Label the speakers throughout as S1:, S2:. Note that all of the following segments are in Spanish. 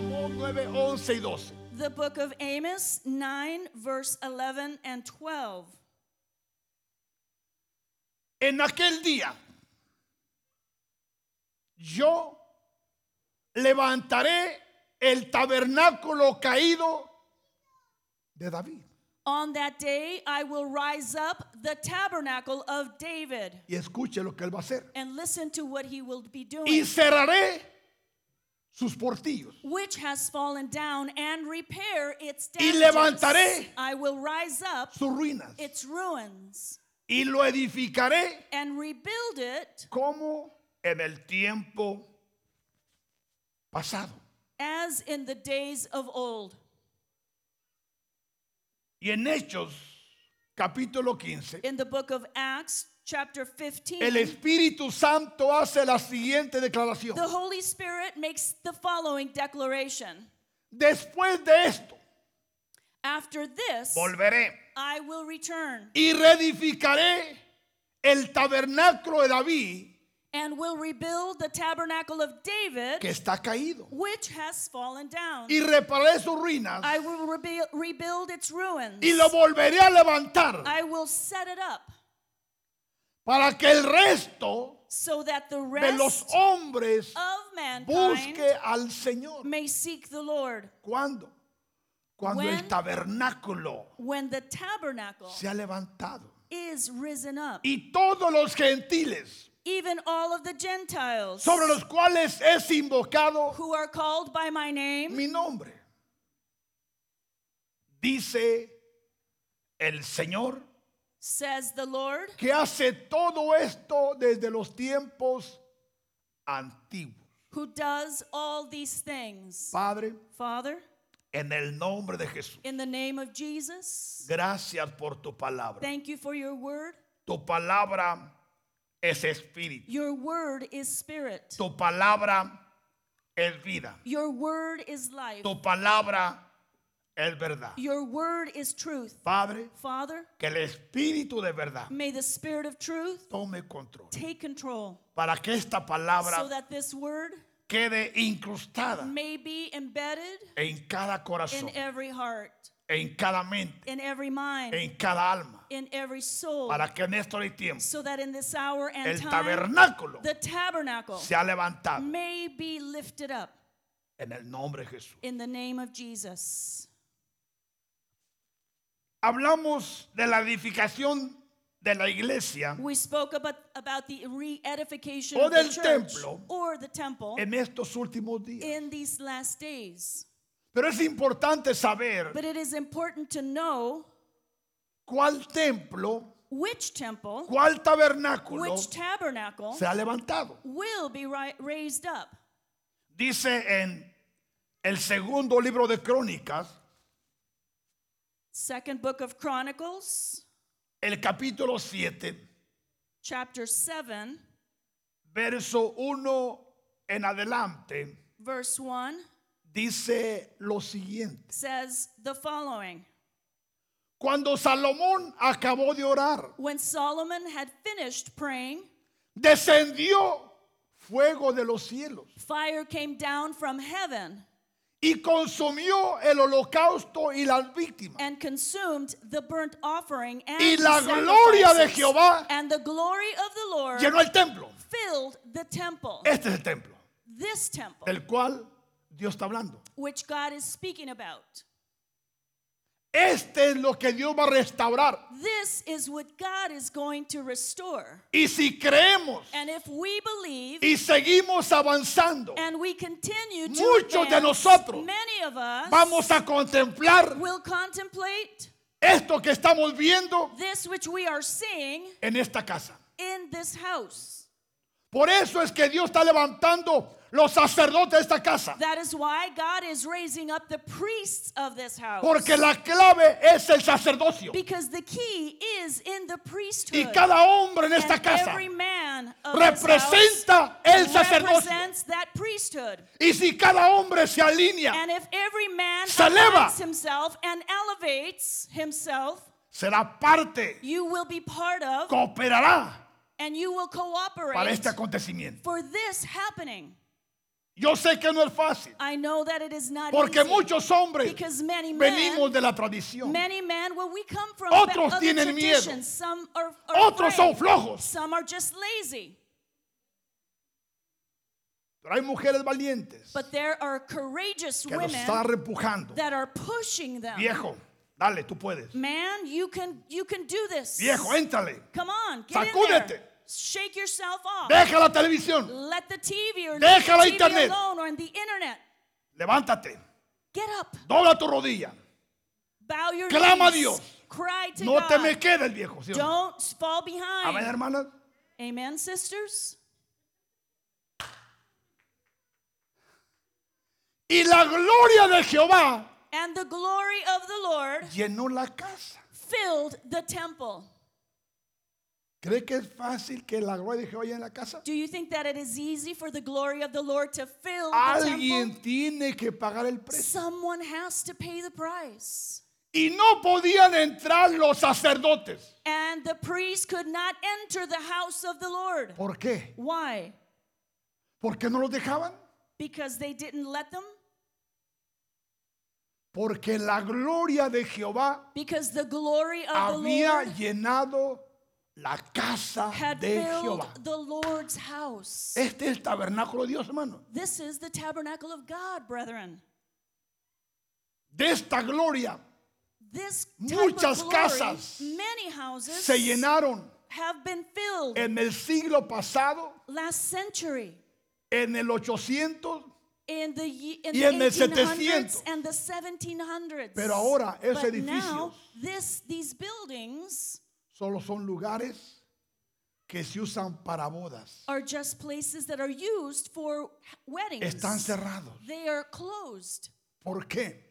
S1: 9, 11 y 12.
S2: The book of Amos 9, verse 11 and 12.
S1: En aquel día yo levantaré el tabernáculo caído de David.
S2: On that day I will rise up the tabernacle of David.
S1: Y escuche lo que él va a hacer.
S2: And listen to what he will be
S1: Y
S2: doing,
S1: cerraré sus portillos.
S2: which has fallen down, and repair its
S1: Y
S2: damages.
S1: levantaré
S2: I will rise up
S1: sus ruinas
S2: its ruins
S1: y lo edificaré
S2: and rebuild it
S1: como en el tiempo pasado.
S2: as in the days of old.
S1: Y en Hechos capítulo 15,
S2: In the book of Acts, chapter 15,
S1: el Espíritu Santo hace la siguiente declaración.
S2: the Holy Spirit makes the following declaration
S1: Después de esto,
S2: After this,
S1: volveré
S2: I will return
S1: y reedificaré el tabernáculo de David
S2: and will rebuild the tabernacle of
S1: que
S2: David,
S1: está caído.
S2: which has fallen down.
S1: Y repararé sus ruinas
S2: I will rebu- rebuild its ruins.
S1: y lo volveré a levantar
S2: I will set it up
S1: para que el resto
S2: so that the
S1: de los
S2: rest
S1: hombres
S2: of mankind
S1: busque al Señor.
S2: may seek the Lord
S1: ¿Cuándo? Cuando el
S2: When-
S1: tabernáculo
S2: when the tabernacle
S1: se ha levantado.
S2: is risen up,
S1: Y todos los gentiles
S2: even all of the Gentiles
S1: sobre los cuales es invocado
S2: who are called by my name,
S1: mi nombre. Dice el Señor
S2: says the Lord,
S1: que hace todo esto desde los tiempos antiguos.
S2: who does all these things.
S1: Padre,
S2: Father,
S1: en el nombre de Jesús,
S2: in the name of Jesus,
S1: gracias por tu palabra.
S2: thank you for your word.
S1: Tu palabra es espíritu.
S2: Your word is spirit,
S1: Tu palabra es vida.
S2: your word is life,
S1: Tu palabra es verdad.
S2: your word is truth.
S1: Padre,
S2: Father,
S1: que el espíritu de verdad
S2: may the spirit of truth
S1: tome control.
S2: take control
S1: Para que esta
S2: so
S1: palabra
S2: that this word
S1: quede incrustada
S2: may be embedded
S1: en cada
S2: in
S1: corazón,
S2: every heart,
S1: en cada mente,
S2: in every mind,
S1: en cada alma.
S2: in every soul,
S1: Para que en estos tiempos
S2: so that in this hour and
S1: el
S2: time,
S1: tabernáculo
S2: the tabernacle
S1: se ha levantado
S2: may be lifted up
S1: en el nombre de Jesús.
S2: in the name of Jesus.
S1: Hablamos de la edificación de la iglesia
S2: We spoke about, about the re edification
S1: O
S2: of the
S1: del
S2: church
S1: templo.
S2: or the temple
S1: en estos últimos días.
S2: in these last days.
S1: Pero es importante saber
S2: But it is important to know
S1: cuál templo,
S2: which temple
S1: cuál tabernáculo
S2: which tabernacle
S1: se ha levantado.
S2: will be ri- raised up.
S1: Dice en el segundo libro de Crónicas,
S2: Second book of Chronicles,
S1: el capítulo 7,
S2: chapter 7,
S1: verso 1 en adelante,
S2: verse 1
S1: dice lo siguiente.
S2: says the following
S1: Cuando Salomón acabó de orar,
S2: When Solomon had finished praying,
S1: descendió fuego de los cielos
S2: fire came down from heaven
S1: y consumió el holocausto y las víctimas.
S2: and consumed the burnt offering and
S1: Y
S2: the
S1: la gloria de
S2: sacrifices.
S1: Jehová
S2: and the glory of the Lord
S1: Llenó el templo.
S2: filled the temple,
S1: Este es el templo
S2: this temple,
S1: del cual Dios está hablando.
S2: which God is speaking about.
S1: Este es lo que Dios va a restaurar.
S2: This is what God is going to restore.
S1: Y si creemos
S2: And if we believe
S1: y seguimos avanzando,
S2: and we continue to
S1: Muchos de
S2: advance,
S1: nosotros
S2: many of us
S1: vamos a contemplar
S2: will contemplate
S1: esto que estamos viendo
S2: this which we are seeing
S1: en esta casa.
S2: in this house.
S1: Por eso es que Dios está levantando los sacerdotes de esta casa.
S2: That is why God is raising up the priests of this house.
S1: Porque la clave es el sacerdocio.
S2: because the key is in the
S1: Y
S2: priesthood.
S1: cada hombre en
S2: And
S1: esta casa
S2: every man of this house
S1: representa el sacerdocio.
S2: represents that priesthood.
S1: Y si cada hombre se alinea,
S2: And if every man
S1: Se eleva.
S2: aligns himself and elevates himself,
S1: será parte,
S2: you will be part of
S1: cooperará
S2: and you will
S1: para
S2: cooperate
S1: este acontecimiento.
S2: for this happening.
S1: Yo sé que no es fácil,
S2: I know that it is not
S1: porque
S2: easy.
S1: muchos hombres
S2: because many men,
S1: venimos de la tradición.
S2: many men, where we come from,
S1: Otros
S2: other
S1: tienen miedo.
S2: traditions, Some are, are
S1: Otros son
S2: afraid.
S1: flojos,
S2: Some are just lazy.
S1: pero hay mujeres valientes
S2: But there are courageous
S1: que los
S2: women
S1: están empujando.
S2: that are pushing them.
S1: Viejo, dale, tú puedes.
S2: Man, you can you can do this.
S1: Viejo, éntrale.
S2: Come on, get in
S1: Sacúdete.
S2: there. Shake yourself off.
S1: Deja la televisión.
S2: Let the TV or
S1: Deja
S2: leave
S1: la
S2: the TV
S1: internet.
S2: alone or in the internet.
S1: Levántate.
S2: Get up.
S1: Dobla tu rodilla.
S2: Bow your
S1: Clama a
S2: knees.
S1: Dios.
S2: Cry to
S1: No te
S2: God.
S1: me quedes, viejo. ¿sí o no?
S2: Don't fall
S1: Amén,
S2: behind.
S1: hermanas.
S2: Amen, sisters.
S1: Y la gloria de Jehová
S2: And the glory of the Lord
S1: llenó la casa.
S2: filled the temple.
S1: ¿Cree que es fácil que la gloria de Jehová llene la casa?
S2: Do you think that it is easy for the glory of the Lord to fill the temple?
S1: Alguien tiene que pagar el precio.
S2: Someone has to pay the price.
S1: Y no podían entrar los sacerdotes.
S2: And the priest could not enter the house of the Lord.
S1: ¿Por qué?
S2: Why?
S1: ¿Por qué no los dejaban?
S2: Because they didn't let them?
S1: Porque la gloria de Jehová
S2: Because the glory of Oh, the
S1: había
S2: Lord
S1: llenado la casa
S2: had
S1: de
S2: filled
S1: Jehová.
S2: the Lord's house.
S1: Este es el tabernáculo de Dios, hermano.
S2: This is the tabernacle of God, brethren.
S1: De esta gloria
S2: This type
S1: Muchas
S2: of glory,
S1: casas
S2: many houses
S1: se llenaron
S2: have been filled
S1: en el siglo pasado,
S2: last century
S1: en el 800,
S2: in the ye- in
S1: Y
S2: the
S1: en el
S2: 1800s
S1: 700.
S2: and the 1700s.
S1: Pero ahora, esos
S2: but now
S1: edificios-
S2: this these buildings
S1: solo son lugares que se usan para bodas.
S2: are just places that are used for weddings.
S1: Están cerrados.
S2: They are closed.
S1: ¿Por qué?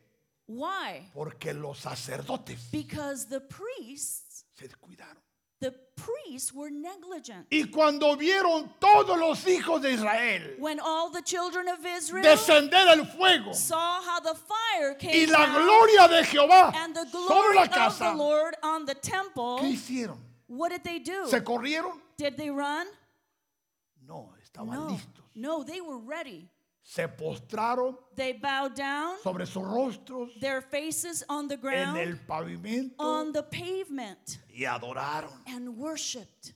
S2: Why?
S1: Porque los sacerdotes
S2: Because the priests,
S1: se descuidaron.
S2: the priests were negligent.
S1: Y cuando vieron todos los hijos de Israel
S2: When all the children of Israel
S1: descender el fuego
S2: saw how the fire
S1: y
S2: came
S1: la
S2: down
S1: gloria de Jehová
S2: and the
S1: sobre
S2: glory
S1: la
S2: of the
S1: casa,
S2: Lord on the
S1: ¿qué
S2: temple,
S1: hicieron?
S2: what did they do?
S1: ¿Se corrieron?
S2: Did they run?
S1: No, estaban
S2: No.
S1: listos.
S2: No, they were ready.
S1: Se postraron
S2: They bowed down,
S1: sobre sus rostros
S2: their faces on the
S1: en
S2: ground,
S1: el pavimento
S2: on the pavement,
S1: y adoraron
S2: and worshiped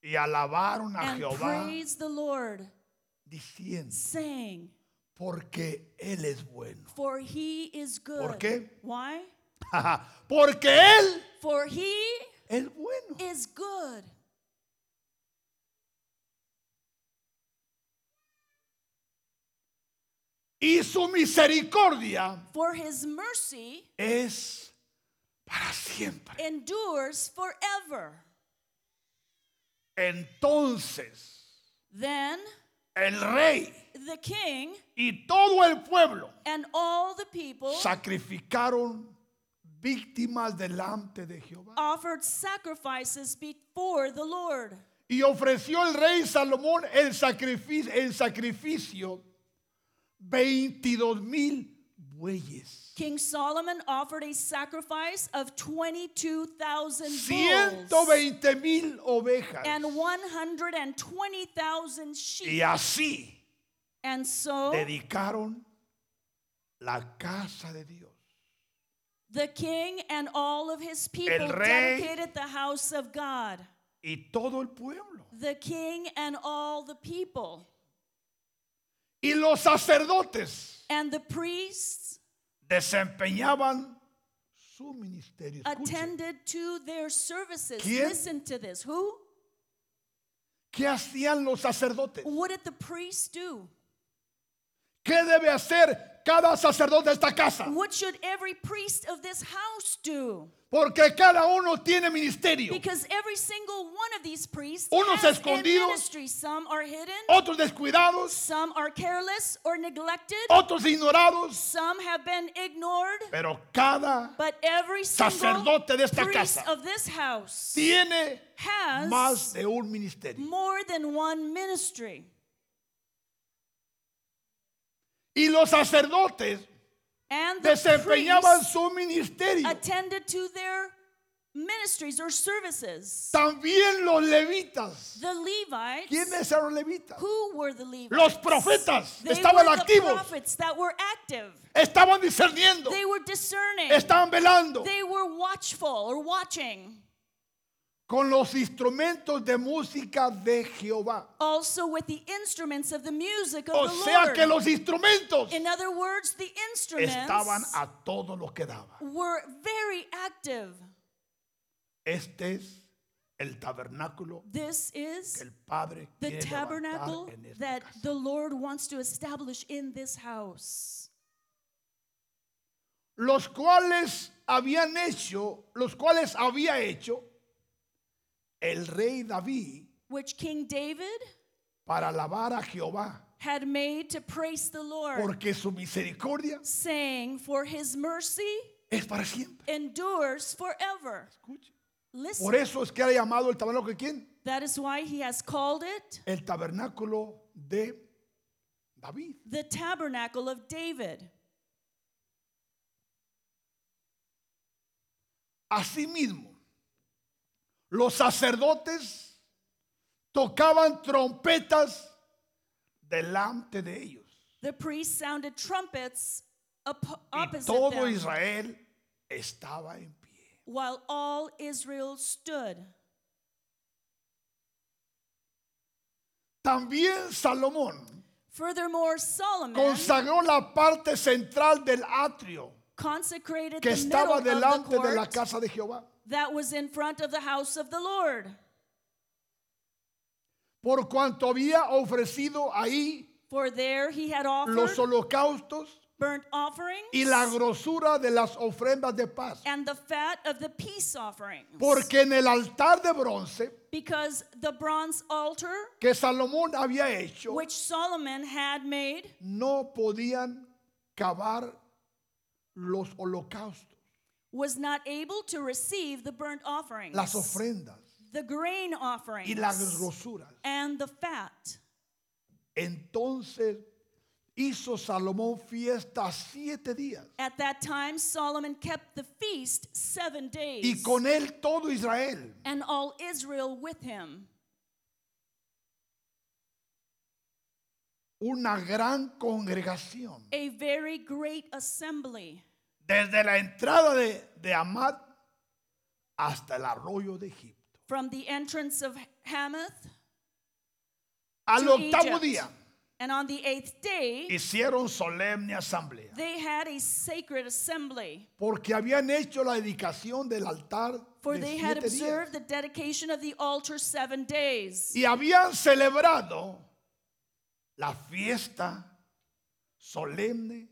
S1: y alabaron a
S2: and
S1: Jehová
S2: praised the Lord,
S1: diciendo,
S2: saying,
S1: porque Él es bueno.
S2: For he is good.
S1: qué?
S2: Why?
S1: porque Él
S2: For he
S1: es bueno.
S2: is good.
S1: Y su misericordia
S2: For his mercy
S1: es para siempre.
S2: endures forever.
S1: Entonces
S2: Then
S1: el rey
S2: the king
S1: y todo el pueblo
S2: and all the people
S1: sacrificaron víctimas delante de Jehová.
S2: offered sacrifices before the Lord.
S1: Y ofreció el rey Salomón el sacrificio, el sacrificio 22 mil bueyes,
S2: King Solomon offered a sacrifice of 22,000 bulls
S1: 120 mil ovejas.
S2: and 120,000
S1: Y
S2: sheep.
S1: así
S2: And so
S1: dedicaron la casa de Dios.
S2: the king and all of his people
S1: rey.
S2: dedicated the house of God.
S1: Y todo el pueblo.
S2: The king and all the people
S1: Y los sacerdotes
S2: and the priests
S1: desempeñaban su ministerio. Escuche,
S2: attended to their services.
S1: ¿Quién?
S2: Listen to this. Who?
S1: ¿Qué hacían los sacerdotes?
S2: What did the priests do?
S1: ¿Qué debe hacer cada sacerdote de esta casa?
S2: What should every priest of this house do?
S1: Porque cada uno tiene ministerio.
S2: Because every single one of these priests
S1: Unos
S2: has a
S1: escondidos. Oh.
S2: ministry. Some are hidden,
S1: Otros descuidados,
S2: some are careless or neglected,
S1: otros ignorados.
S2: some have been ignored.
S1: Pero cada
S2: But every single
S1: Sacerdote de esta
S2: priest
S1: casa.
S2: of this house
S1: tiene
S2: has
S1: más de un ministerio.
S2: more than one ministry.
S1: Y los sacerdotes
S2: And the
S1: desempeñaban
S2: priests
S1: su ministerio
S2: attended to their ministries or services.
S1: También los levitas.
S2: The Levites.
S1: ¿Quiénes eran los levitas?
S2: Who were the Levites?
S1: Los profetas
S2: They
S1: estaban
S2: were the
S1: activos.
S2: prophets that were active.
S1: Estaban discerniendo.
S2: They were discerning.
S1: Estaban velando.
S2: They were watchful or watching.
S1: Con los instrumentos de música de Jehová.
S2: Also with the instruments of the music of
S1: O
S2: the
S1: sea
S2: Lord.
S1: que los instrumentos
S2: In other words, the instruments
S1: estaban a todo lo que daba.
S2: were very active.
S1: Este es el tabernáculo
S2: This
S1: que
S2: is
S1: el Padre
S2: the
S1: quiere levantar
S2: tabernacle
S1: en esta
S2: that
S1: casa.
S2: the Lord wants to establish in this house.
S1: los cuales habían hecho, los cuales había hecho el rey David
S2: which King David
S1: para alabar a Jehová,
S2: had made to praise the Lord,
S1: porque su misericordia
S2: saying, For his mercy
S1: es para siempre.
S2: endures forever.
S1: Escuche.
S2: Listen,
S1: Por e- eso es que ha llamado el tabernáculo de quién?
S2: that is why he has called it
S1: El tabernáculo de David.
S2: the tabernacle of David.
S1: Asimismo, los sacerdotes tocaban trompetas delante de ellos.
S2: The priests sounded trumpets op-
S1: Y
S2: opposite
S1: todo
S2: them,
S1: Israel estaba en pie.
S2: while all Israel stood.
S1: También Salomón
S2: Furthermore, Solomon
S1: consagró la parte central del atrio
S2: consecrated
S1: que
S2: the middle
S1: estaba
S2: of the
S1: delante de la
S2: court
S1: casa de Jehová
S2: that was in front of the house of the Lord,
S1: por cuanto había ofrecido ahí
S2: for there he had offered
S1: los holocaustos
S2: burnt offerings
S1: y la grosura de las ofrendas de paz
S2: and the fat of the peace offerings.
S1: porque en el altar de bronce
S2: because the bronze altar
S1: que Salomón había hecho
S2: which Solomon had made,
S1: no podían cavar los holocaustos
S2: was not able to receive the burnt offerings,
S1: las ofrendas
S2: the grain offerings,
S1: y las grosuras
S2: and the fat.
S1: Entonces hizo Salomón fiesta siete días
S2: At that time, Solomon kept the feast seven days,
S1: y con él todo Israel.
S2: and all Israel with him.
S1: Una gran congregación.
S2: A very great assembly
S1: Desde la entrada de, de Amad hasta el arroyo de Egipto.
S2: from the entrance of Hamath
S1: Al
S2: to
S1: octavo
S2: Egypt.
S1: día
S2: And on the eighth day,
S1: hicieron solemne asamblea
S2: They had a sacred assembly,
S1: porque habían hecho la dedicación del altar
S2: for
S1: de
S2: they had
S1: siete días
S2: observed the dedication of the altar seven days,
S1: y habían celebrado la fiesta solemne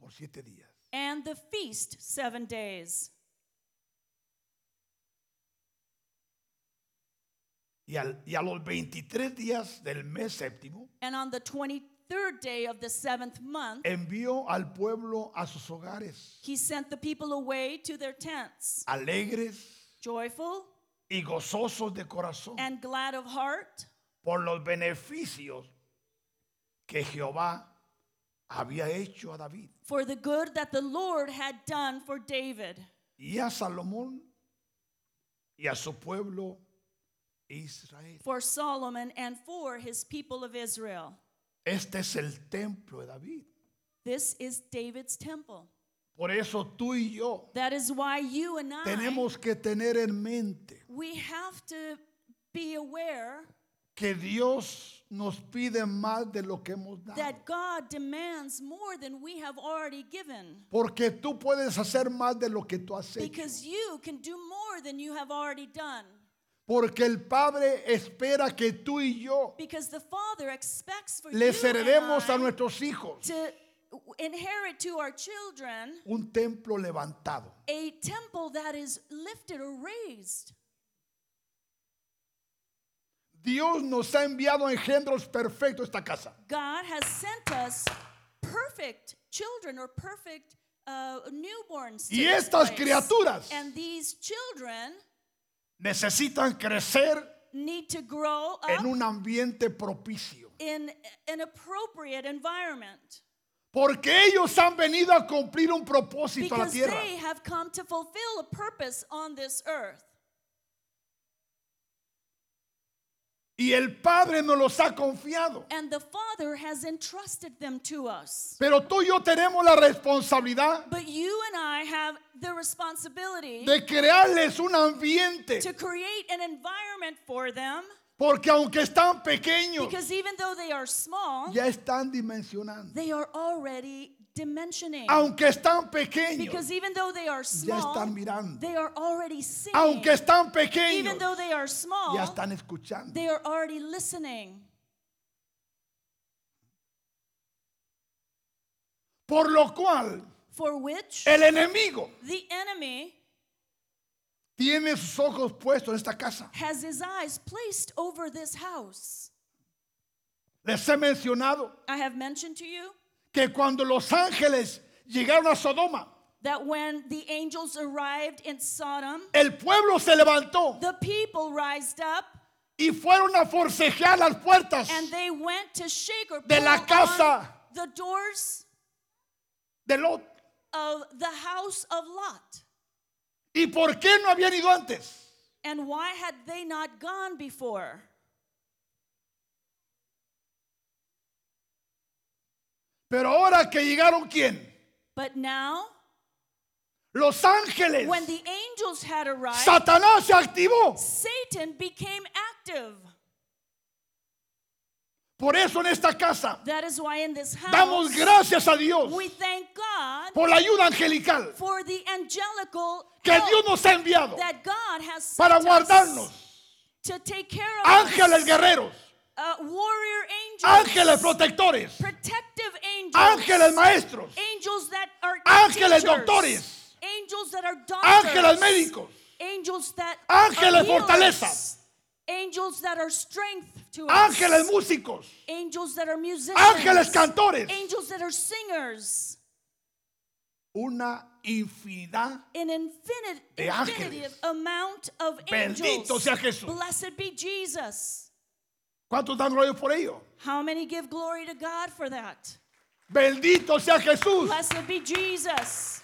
S1: por siete días.
S2: and the feast seven days.
S1: Y, al- y a los 23 días del mes séptimo
S2: And on the 23rd day of the seventh
S1: Eh.
S2: month,
S1: envió al pueblo a sus hogares,
S2: he sent the people away to their tents,
S1: alegres
S2: joyful
S1: y gozosos de corazón,
S2: and glad of heart
S1: por los beneficios que Jehová había hecho a David
S2: for the good that the Lord had done for David
S1: y a Salomón y a su pueblo Israel.
S2: for Solomon and for his people of Israel.
S1: Este es el templo de David.
S2: This is David's temple.
S1: Por eso tú y yo
S2: That is why you and I
S1: tenemos que tener en mente
S2: we have to be aware
S1: que Dios nos pide más de lo que hemos dado.
S2: that God demands more than we have already given.
S1: Porque tú puedes hacer más de lo que tú has hecho.
S2: Because you can do more than you have already done.
S1: Porque el Padre espera que tú y yo
S2: Because the Father expects for
S1: les
S2: you and
S1: heredemos a
S2: I
S1: nuestros hijos
S2: to inherit to our children
S1: un templo levantado.
S2: a temple that is lifted or raised.
S1: Dios nos ha enviado engendros perfectos a esta casa.
S2: God has sent us perfect children or perfect uh, newborns. to
S1: Y
S2: this
S1: estas
S2: place.
S1: criaturas
S2: and these children
S1: necesitan crecer
S2: need to grow up
S1: en un ambiente propicio.
S2: in an appropriate environment
S1: Porque ellos han venido a cumplir un propósito a la
S2: because
S1: tierra.
S2: they have come to fulfill a purpose on this earth.
S1: Y el Padre nos los ha confiado.
S2: And the Father has entrusted them to us.
S1: Pero tú y yo tenemos la responsabilidad
S2: But you and I have the responsibility
S1: de crearles un ambiente.
S2: to create an environment for them
S1: Porque aunque están pequeños,
S2: because even though they are small,
S1: ya están dimensionando.
S2: they are already dimensioning.
S1: Aunque están pequeños,
S2: Because even though they are small,
S1: están mirando.
S2: they are already seeing.
S1: aunque están pequeños,
S2: even though they are small,
S1: ya están escuchando.
S2: they are already listening.
S1: Por lo cual,
S2: For which
S1: el enemigo
S2: the enemy
S1: tiene sus ojos puestos en esta casa.
S2: has his eyes placed over this house.
S1: Les he mencionado
S2: I have mentioned to you
S1: que cuando los ángeles llegaron a Sodoma,
S2: that when the angels arrived in Sodom,
S1: el pueblo se levantó
S2: the people rised up
S1: y fueron a forcejear las puertas
S2: and they went to shake or
S1: De
S2: pull
S1: la
S2: on
S1: casa.
S2: the doors
S1: de Lot.
S2: of the house of Lot.
S1: ¿Y por qué no habían ido antes?
S2: And why had they not gone before?
S1: Pero ahora que llegaron, ¿quién?
S2: But now,
S1: Los ángeles.
S2: when the angels had arrived,
S1: Satanás se activó.
S2: Satan became active.
S1: Por eso en esta casa
S2: That is why in this
S1: damos
S2: house,
S1: gracias a Dios
S2: we thank God
S1: por la ayuda angelical
S2: for the angelical
S1: que
S2: help
S1: Dios nos ha enviado
S2: that God has sent
S1: para
S2: us
S1: guardarnos.
S2: to take care of
S1: Ángeles
S2: us.
S1: guerreros,
S2: Uh, warrior angels,
S1: ángeles protectores,
S2: protective angels,
S1: ángeles maestros,
S2: angels that are
S1: Ángeles
S2: teachers,
S1: doctores.
S2: angels that are doctors,
S1: ángeles médicos.
S2: angels that
S1: Ángeles
S2: are healers,
S1: fortalezas.
S2: angels that are strength to
S1: ángeles
S2: us,
S1: músicos,
S2: angels that are musicians,
S1: ángeles cantores,
S2: angels that are singers,
S1: una infinidad.
S2: an infinite,
S1: De
S2: infinitive amount of
S1: Bendito
S2: angels.
S1: sea Jesús.
S2: Blessed be Jesus.
S1: ¿Cuántos dan gloria por ello?
S2: How many give glory to God for that?
S1: Bendito sea Jesús.
S2: Blessed be Jesus.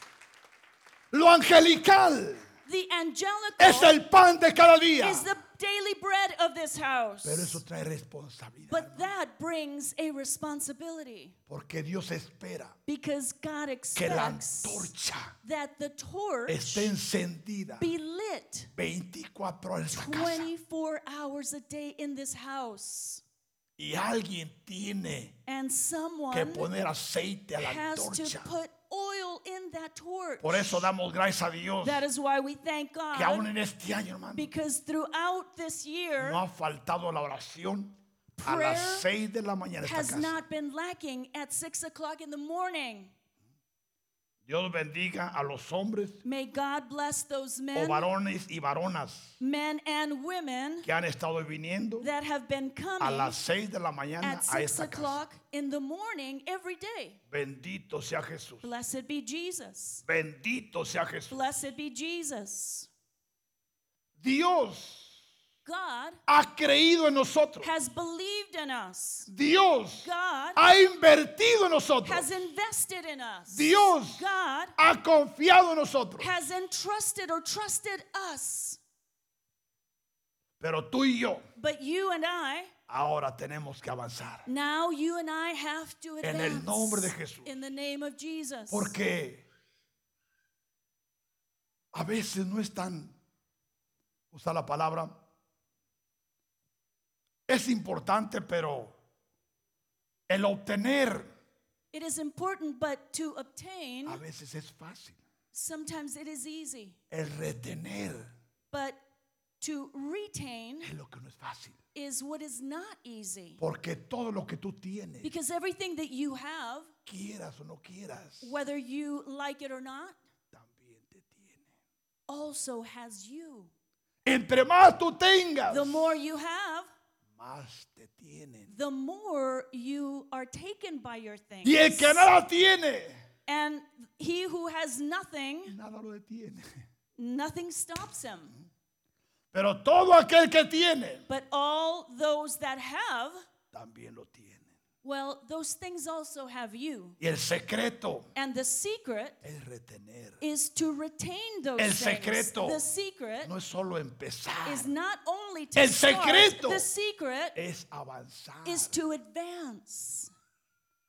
S1: Lo angelical
S2: The angelical
S1: es el pan de cada día.
S2: is the daily bread of this house.
S1: Pero eso trae responsabilidad.
S2: but that brings a responsibility
S1: Porque Dios espera
S2: because God
S1: que la
S2: expects
S1: antorcha
S2: that the torch
S1: esté encendida
S2: be lit
S1: 24 horas en esta casa.
S2: 24 hours a day in this house.
S1: Y alguien tiene
S2: And
S1: que
S2: someone
S1: poner aceite a la
S2: has to
S1: antorcha.
S2: put oil in that torch.
S1: Por eso damos gracias a Dios
S2: That is why we thank
S1: que aún
S2: God
S1: en este año, hermano,
S2: because throughout this year
S1: no ha faltado la oración a las 6 de la mañana en
S2: has
S1: esta casa.
S2: not been lacking at 6 o'clock in the morning.
S1: Dios bendiga a los hombres
S2: May God bless those
S1: o
S2: men,
S1: varones y varonas
S2: men and women
S1: que han estado viniendo
S2: that have been
S1: a
S2: coming
S1: las 6 de la mañana
S2: at
S1: a
S2: 6
S1: esta casa.
S2: o'clock in the morning every day.
S1: Bendito sea Jesús.
S2: Blessed be Jesus.
S1: Bendito sea Jesús.
S2: Blessed be Jesus.
S1: Dios
S2: God
S1: ha creído en nosotros.
S2: has believed in us.
S1: Dios
S2: God
S1: ha invertido en nosotros.
S2: has invested in us.
S1: Dios
S2: God
S1: ha confiado en nosotros.
S2: has entrusted or trusted us.
S1: Pero tú y yo
S2: But you and I,
S1: ahora tenemos que avanzar.
S2: now you and I have to
S1: el
S2: advance
S1: nombre de Jesús.
S2: in the name of Jesus.
S1: Porque a veces no es tan, usa la palabra, es importante, pero el obtener
S2: It is important, but to obtain,
S1: a veces es fácil.
S2: sometimes it is easy.
S1: El retener
S2: But to retain
S1: es lo que no es fácil.
S2: is what is not easy.
S1: Porque todo lo que tú tienes,
S2: Because everything that you have,
S1: quieras o no quieras,
S2: whether you like it or not,
S1: también te tiene.
S2: also has you.
S1: Entre más tú tengas,
S2: The more you have,
S1: más te tienen.
S2: the more you are taken by your things.
S1: Y el que nada tiene,
S2: And he who has nothing,
S1: nada lo detiene.
S2: nothing stops him.
S1: Pero todo aquel que tiene,
S2: But all those that have
S1: también lo tiene.
S2: Well, those things also have you.
S1: Y el secreto
S2: And the secret
S1: es retener.
S2: is to retain those
S1: El
S2: things.
S1: secreto
S2: The secret
S1: No es solo empezar,
S2: is not only to
S1: El
S2: start.
S1: secreto
S2: The secret
S1: es avanzar,
S2: is to advance,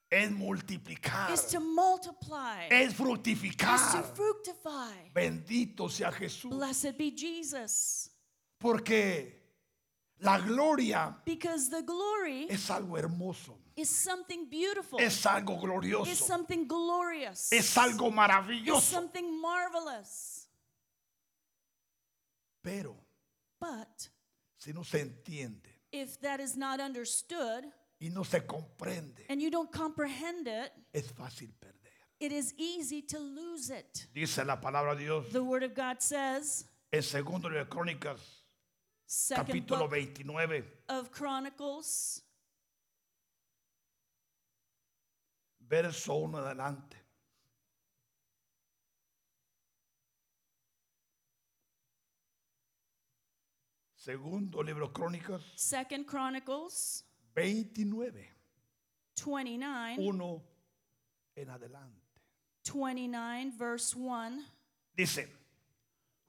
S1: es multiplicar,
S2: is to multiply,
S1: es
S2: is to
S1: fructificar.
S2: fructify.
S1: Bendito sea Jesús.
S2: Blessed be Jesus.
S1: Porque la gloria
S2: Because the glory
S1: es algo hermoso,
S2: is something beautiful.
S1: es algo
S2: is
S1: glorioso,
S2: something glorious.
S1: es algo
S2: is
S1: maravilloso.
S2: something marvelous.
S1: Pero
S2: But
S1: si no se entiende
S2: if that is not understood
S1: y no se comprende,
S2: and you don't comprehend it,
S1: es fácil perder.
S2: it is easy to lose it.
S1: Dice la palabra de Dios
S2: The word of God says,
S1: en segundo de Crónicas,
S2: second
S1: capítulo
S2: book
S1: 29,
S2: of Chronicles,
S1: verso 1 adelante. Segundo libro de Crónicas
S2: second Chronicles
S1: 29,
S2: 29,
S1: 1 en adelante.
S2: 29 verse 1.
S1: Dice,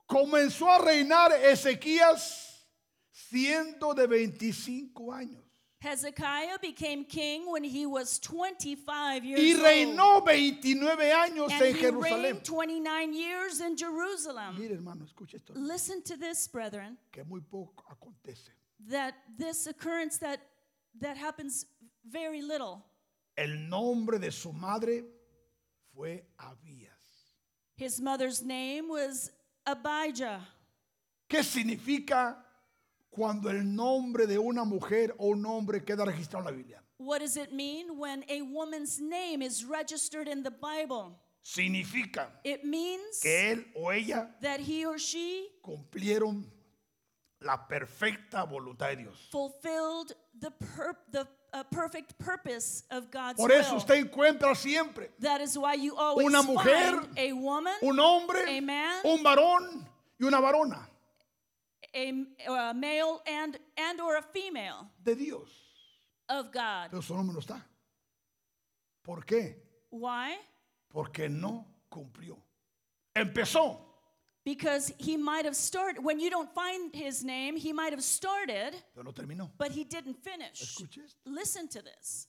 S1: comenzó a reinar Ezequías siendo de 25 años
S2: Hezekiah became king when he was 25 years
S1: y
S2: old.
S1: reinó 29 años
S2: And
S1: en
S2: he
S1: Jerusalén.
S2: reigned 29 years in Jerusalem.
S1: Mire hermano, escuche esto,
S2: Listen to this, brethren,
S1: que muy poco acontece.
S2: that this occurrence that that happens very little.
S1: El nombre de su madre fue Abías.
S2: His mother's name was Abijah.
S1: ¿Qué significa cuando el nombre de una mujer o un hombre queda registrado en la Biblia?
S2: What does it mean when a woman's name is registered in the Bible?
S1: Significa
S2: It means
S1: que él o ella
S2: that he or she
S1: cumplieron la perfecta voluntad de Dios.
S2: fulfilled the per- the uh, perfect purpose of God's
S1: Por eso
S2: will.
S1: usted encuentra siempre
S2: that is why you always
S1: Una mujer,
S2: find a woman,
S1: un hombre,
S2: Amen.
S1: un varón y una varona
S2: a, a male and and or a female
S1: de Dios.
S2: of God.
S1: Pero su nombre no está. ¿Por qué?
S2: Why?
S1: Porque no cumplió. Empezó,
S2: Because he might have started when you don't find his name, he might have started,
S1: pero no terminó.
S2: but he didn't finish.
S1: Escuche esto.
S2: Listen to this.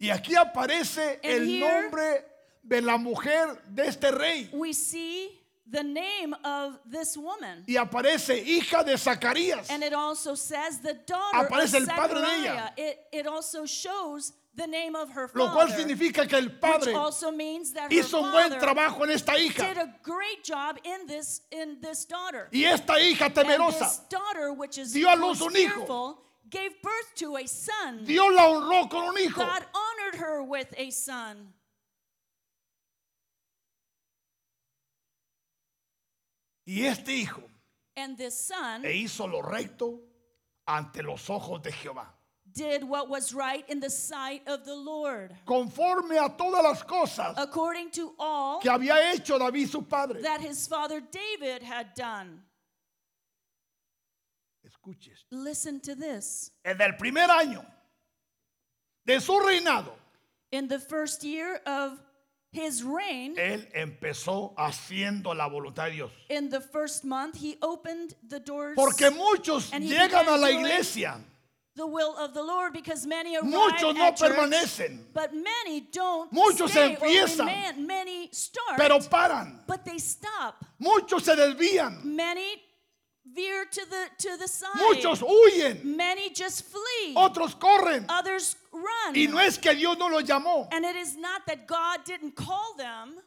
S1: Y aquí aparece
S2: And
S1: el
S2: here-
S1: nombre de la mujer de este rey.
S2: We see the name of this woman.
S1: Y aparece hija de Zacarías.
S2: And it also says the daughter
S1: Aparece
S2: of
S1: el padre de
S2: Zechariah.
S1: ella.
S2: It, it also shows the name of her
S1: Lo cual
S2: father,
S1: significa que el padre
S2: which also means that her
S1: hizo un buen
S2: father
S1: trabajo en esta hija.
S2: did a great job in this in this daughter.
S1: Y esta hija
S2: And this
S1: temerosa,
S2: daughter, which is
S1: Dio a luz un
S2: who's
S1: hijo.
S2: fearful, gave birth to a son.
S1: Dios la honró con un hijo.
S2: God honored her with a son.
S1: Y este hijo
S2: And this son
S1: e hizo lo recto ante los ojos de Jehová.
S2: did what was right in the sight of the Lord,
S1: Conforme a todas las cosas
S2: according to all
S1: que había hecho David su padre.
S2: that his father David had done.
S1: Escuche esto.
S2: Listen to this.
S1: En el primer año de su reinado,
S2: In the first year of his reign,
S1: él empezó haciendo la voluntad de Dios.
S2: in the first month, he opened the doors,
S1: Porque muchos
S2: And he
S1: llegan a
S2: began
S1: la
S2: doing-
S1: iglesia,
S2: the will of the Lord, because many arrive
S1: muchos no
S2: at church,
S1: permanecen,
S2: but many don't
S1: Muchos
S2: stay or
S1: empiezan,
S2: remain. Many start,
S1: pero paran.
S2: but they stop.
S1: Muchos se desvían,
S2: Many veer to the to the side.
S1: muchos huyen,
S2: Many just flee.
S1: otros corren.
S2: Others run.
S1: Y no es que Dios no los llamó,
S2: and it is not that God didn't call them,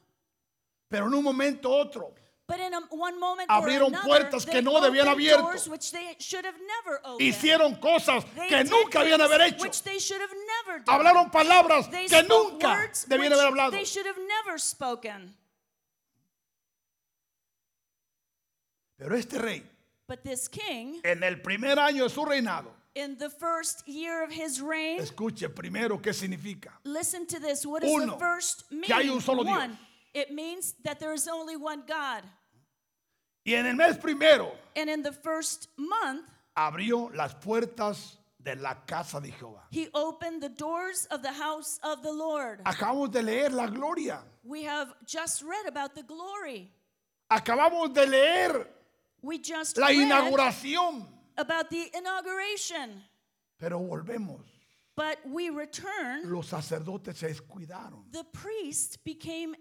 S1: pero en un momento u otro.
S2: but in a, one moment
S1: Abrieron
S2: or another,
S1: puertas
S2: they
S1: que no debían
S2: opened
S1: abierto.
S2: doors which they should have never opened.
S1: Hicieron cosas
S2: They
S1: que
S2: did
S1: nunca habían
S2: things
S1: haber hecho.
S2: Which they should have never done.
S1: Hablaron palabras
S2: They
S1: que
S2: spoke
S1: nunca
S2: words
S1: debían
S2: which
S1: haber hablado.
S2: They should have never spoken.
S1: Pero este rey,
S2: But this king,
S1: en el primer año de su reinado,
S2: in the first year of his reign,
S1: escuche primero qué significa.
S2: Listen to this. What does
S1: Uno,
S2: the first mean?
S1: que hay un solo Dios.
S2: one. It means that there is only one God.
S1: Y en el mes primero
S2: And in the first month,
S1: abrió las puertas de la casa de Jehová.
S2: He opened the doors of the house of the Lord.
S1: Acabamos de leer la gloria.
S2: We have just read about the glory.
S1: Acabamos de leer
S2: We just
S1: la
S2: read
S1: inauguración.
S2: about the inauguration.
S1: Pero volvemos.
S2: But we return,
S1: Los sacerdotes se descuidaron.
S2: the priest became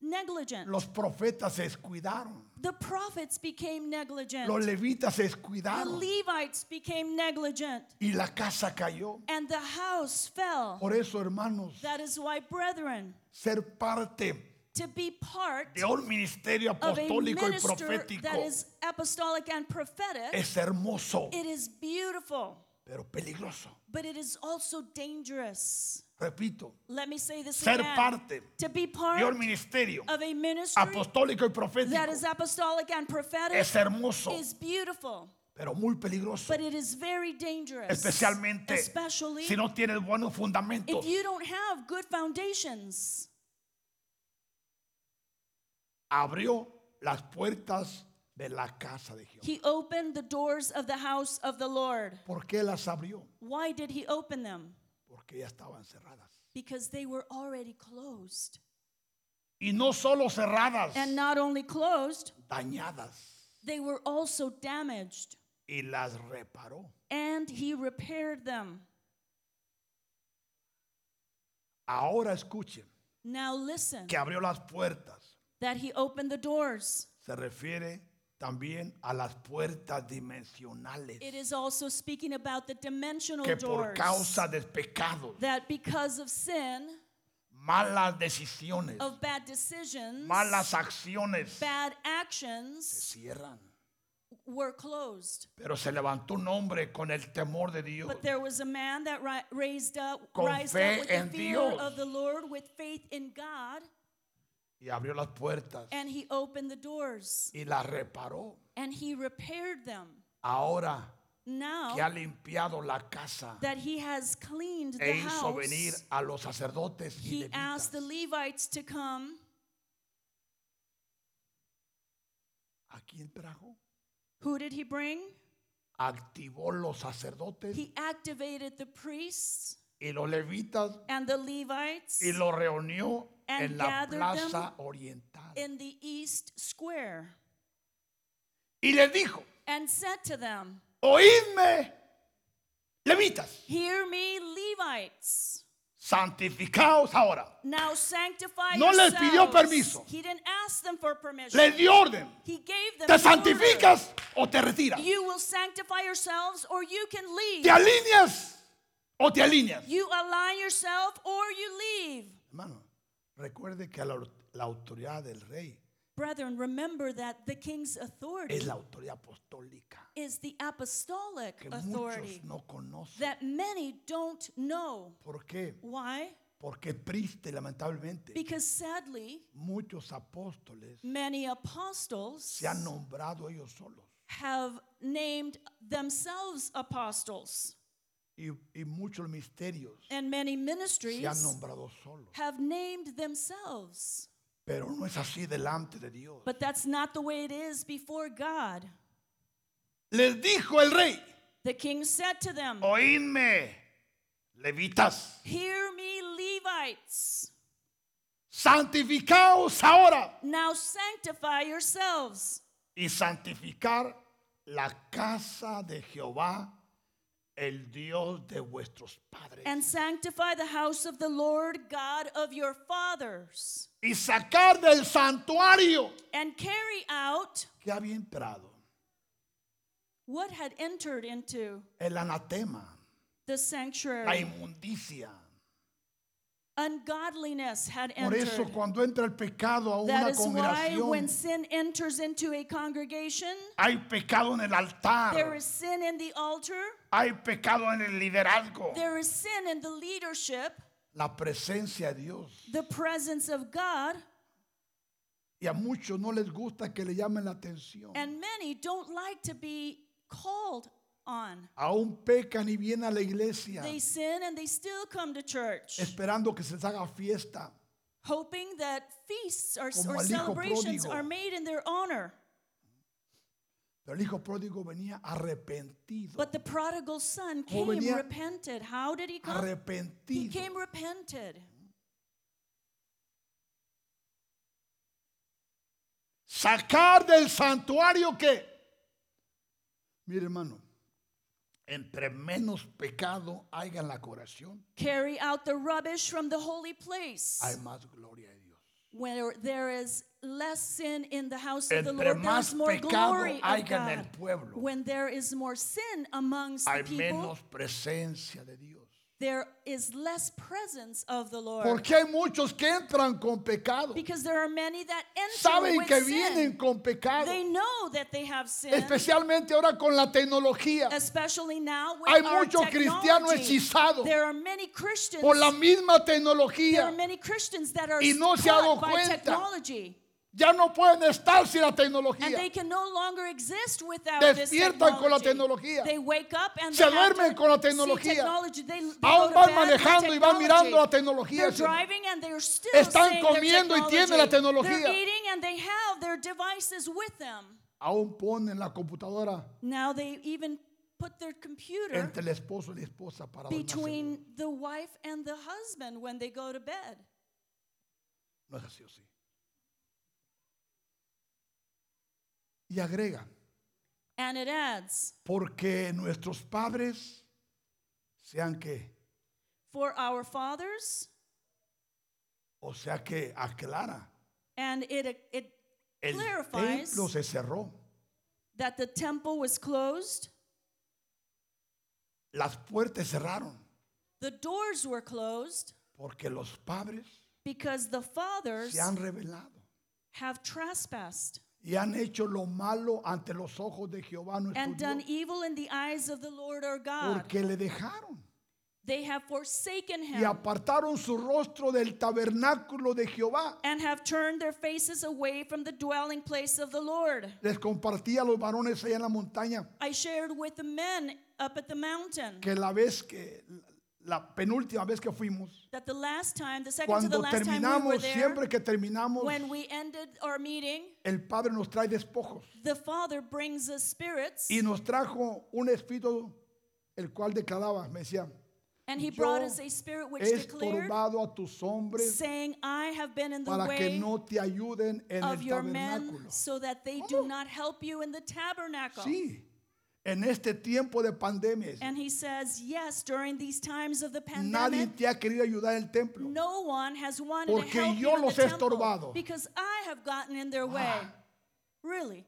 S2: negligent.
S1: Los profetas se descuidaron.
S2: The prophets became negligent.
S1: Los levitas se
S2: The
S1: descuidaron.
S2: Levites became negligent.
S1: Y la casa cayó.
S2: And the house fell.
S1: Por eso, hermanos,
S2: That is why, brethren,
S1: ser parte
S2: to be part
S1: de un ministerio
S2: of a
S1: apostólico y
S2: minister that
S1: profético
S2: is apostolic and prophetic,
S1: es hermoso,
S2: it is beautiful,
S1: pero peligroso.
S2: but it is also dangerous.
S1: Repito,
S2: Let me say this
S1: ser
S2: again.
S1: parte
S2: to be part
S1: de un ministerio
S2: of a ministry
S1: apostólico y
S2: that is
S1: profético
S2: apostolic and prophetic
S1: es hermoso,
S2: is beautiful,
S1: pero muy peligroso,
S2: but it is very dangerous.
S1: especialmente
S2: especially
S1: si no tienes buenos fundamentos.
S2: if you don't have good foundations.
S1: Abrió las puertas de la casa de Jehová.
S2: He opened the doors of the house of the Lord.
S1: ¿Por qué las abrió?
S2: Why did he open them?
S1: Porque ya estaban cerradas.
S2: Because they were already closed.
S1: Y no solo cerradas,
S2: And not only closed,
S1: dañadas.
S2: they were also damaged.
S1: Y las reparó.
S2: And he repaired them.
S1: Ahora escuchen,
S2: Now listen
S1: que abrió las puertas
S2: that he opened the doors.
S1: se refiere también a las puertas dimensionales
S2: It is also speaking about the dimensional
S1: que por
S2: doors.
S1: causa de pecados,
S2: that because of sin,
S1: malas decisiones,
S2: of bad decisions,
S1: malas acciones
S2: bad
S1: se
S2: actions
S1: cierran.
S2: were closed.
S1: Pero se levantó un hombre con el temor de Dios.
S2: But there was a man that ri- raised up,
S1: Con
S2: rised
S1: fe
S2: up with the
S1: en
S2: fear
S1: Dios.
S2: of the Lord, with faith in God,
S1: y abrió las puertas
S2: and he opened the doors
S1: y las reparó.
S2: and he repaired them.
S1: Ahora que ha
S2: Now
S1: limpiado la casa
S2: that he has cleaned the
S1: e hizo
S2: house,
S1: venir a los sacerdotes y
S2: he
S1: levitas.
S2: asked the Levites to come.
S1: ¿A quién trajo?
S2: Who did he bring?
S1: Activó los sacerdotes
S2: He activated the priests
S1: y los levitas
S2: and the Levites
S1: y lo reunió
S2: And
S1: en la
S2: gathered
S1: plaza oriental.
S2: in the east square
S1: Y les dijo,
S2: and said to them,
S1: oídme, levitas,
S2: Hear me, Levites.
S1: santificaos ahora.
S2: Now sanctify
S1: No les
S2: yourselves.
S1: pidió permiso.
S2: He didn't ask them for permission.
S1: Les dio orden,
S2: he gave
S1: te
S2: them the order.
S1: santificas o te retiras.
S2: You will sanctify yourselves or you can leave.
S1: Te alineas o te alineas.
S2: You align yourself or you leave.
S1: Hermano, recuerde que la, la autoridad del rey
S2: Brethren, remember that the king's
S1: es
S2: authority
S1: la autoridad apostólica
S2: is the apostolic
S1: que
S2: authority
S1: muchos no conocen.
S2: that many don't know.
S1: ¿Por qué?
S2: Why?
S1: Porque triste, lamentablemente,
S2: Because sadly,
S1: muchos apóstoles
S2: many apostles
S1: se han nombrado ellos solos.
S2: have named themselves apostles,
S1: y, y muchos misterios
S2: and many
S1: se han
S2: ministries
S1: nombrado solos.
S2: have named themselves.
S1: Pero no es así delante de Dios.
S2: But that's not the way it is before God.
S1: Les dijo el rey,
S2: The king said to them,
S1: Oh. oídme, levitas,
S2: Hear me, Levites.
S1: santificaos ahora.
S2: Now sanctify yourselves
S1: Y santificar la casa de Jehová, el Dios de vuestros padres.
S2: and sanctify the house of the Lord God of your fathers,
S1: y sacar del santuario
S2: and carry out
S1: que había entrado
S2: what had entered into
S1: el anatema,
S2: the
S1: la
S2: sanctuary.
S1: inmundicia.
S2: Ungodliness had
S1: Por eso
S2: entered.
S1: cuando entra el pecado a
S2: That
S1: una
S2: is why when
S1: congregación,
S2: sin enters into a congregation,
S1: Hay pecado en el
S2: there
S1: altar.
S2: is sin in the altar,
S1: Hay pecado en el liderazgo.
S2: there is sin in the leadership,
S1: La presencia de Dios.
S2: the presence of God,
S1: Y a muchos no les gusta que le llamen la atención.
S2: and many don't like to be called on.
S1: Aún pecan y vienen a la iglesia
S2: They sin and they still come to church,
S1: esperando que se les haga fiesta.
S2: hoping that feasts or,
S1: Como
S2: or
S1: al hijo
S2: celebrations
S1: pródigo.
S2: are made in their honor.
S1: Pero el hijo pródigo venía arrepentido.
S2: But the prodigal son
S1: Como
S2: came
S1: venía-
S2: repented. How did he come? He
S1: Arrepentido.
S2: came repented.
S1: Sacar del santuario que. Mire, hermano, entre menos pecado haya en la corazón,
S2: Carry out the rubbish from the holy place.
S1: hay más gloria de Dios.
S2: Where there is less sin in the house of the
S1: Entre
S2: Lord, there
S1: más
S2: is more
S1: pecado
S2: glory of
S1: haya en
S2: God.
S1: el pueblo,
S2: When there is more sin amongst the
S1: hay
S2: people,
S1: menos presencia de Dios.
S2: there is less presence of the Lord.
S1: Porque hay muchos que entran con pecado.
S2: Because there are many that enter
S1: Saben
S2: with
S1: que vienen
S2: sin.
S1: con pecado.
S2: They know that they have sin,
S1: Especialmente ahora con la tecnología.
S2: especially now with
S1: Hay
S2: our
S1: muchos cristianos
S2: technology.
S1: hechizados
S2: There are many Christians.
S1: Por la misma
S2: There are
S1: tecnología.
S2: many Christians that are
S1: Y no se ha dado
S2: caught by
S1: cuenta.
S2: technology,
S1: Ya no pueden estar sin la
S2: and they
S1: tecnología.
S2: can no longer exist without this
S1: Despiertan con la
S2: technology.
S1: tecnología.
S2: They wake up and
S1: Se
S2: they have
S1: duermen
S2: to
S1: con la
S2: see
S1: tecnología.
S2: technology. They, they go
S1: Aún
S2: to
S1: van
S2: bed with
S1: manejando y van mirando la tecnología.
S2: technology. They're
S1: hermano.
S2: driving and they're still
S1: Están
S2: saying their
S1: comiendo y tienen la
S2: technology.
S1: tecnología.
S2: They're eating and they have their devices with them.
S1: Aún ponen la computadora
S2: Now they even put their computer
S1: entre el esposo y la esposa para dormir seguro.
S2: between the wife and the husband when they go to bed.
S1: No es así o sí. Y agrega,
S2: And it adds,
S1: porque nuestros padres sean que,
S2: for our fathers,
S1: o sea que aclara,
S2: and it, it
S1: el
S2: clarifies
S1: templo se cerró,
S2: that the temple was closed,
S1: las puertas cerraron,
S2: the doors were closed,
S1: porque los padres
S2: because the fathers
S1: se han revelado
S2: have trespassed
S1: y han hecho lo malo ante los ojos de Jehová nuestro
S2: and done
S1: Dios,
S2: evil in the eyes of the Lord our God.
S1: porque le dejaron
S2: They have forsaken
S1: y
S2: him
S1: apartaron su rostro del tabernáculo de Jehová.
S2: and have turned their faces away from the dwelling place of the Lord.
S1: Les compartí a los varones allá en la montaña
S2: I shared with the men up at the mountain
S1: que la vez que la penúltima vez que fuimos,
S2: that the last time, the second to the
S1: cuando
S2: last time we were
S1: terminamos,
S2: there,
S1: siempre que terminamos,
S2: when we ended our meeting,
S1: el Padre nos trae despojos
S2: the Father brings us spirits
S1: y nos trajo un espíritu el cual declaraba, me decía,
S2: and he
S1: yo
S2: brought us a spirit which
S1: he
S2: declared,
S1: estorbado a tus hombres
S2: saying, I have been in the
S1: para que
S2: way
S1: no te ayuden en
S2: of
S1: el
S2: your men
S1: tabernáculo.
S2: so that they
S1: ¿Cómo?
S2: do not help you in the tabernacle.
S1: Sí, en este tiempo de pandemia
S2: And he says, Yes, during these times of the
S1: nadie
S2: pandemic,
S1: te ha querido ayudar en el templo.
S2: no one has wanted
S1: Porque
S2: to help
S1: yo
S2: you in
S1: los he
S2: the temple
S1: estorbado.
S2: because I have gotten in their way.
S1: Ah.
S2: Really?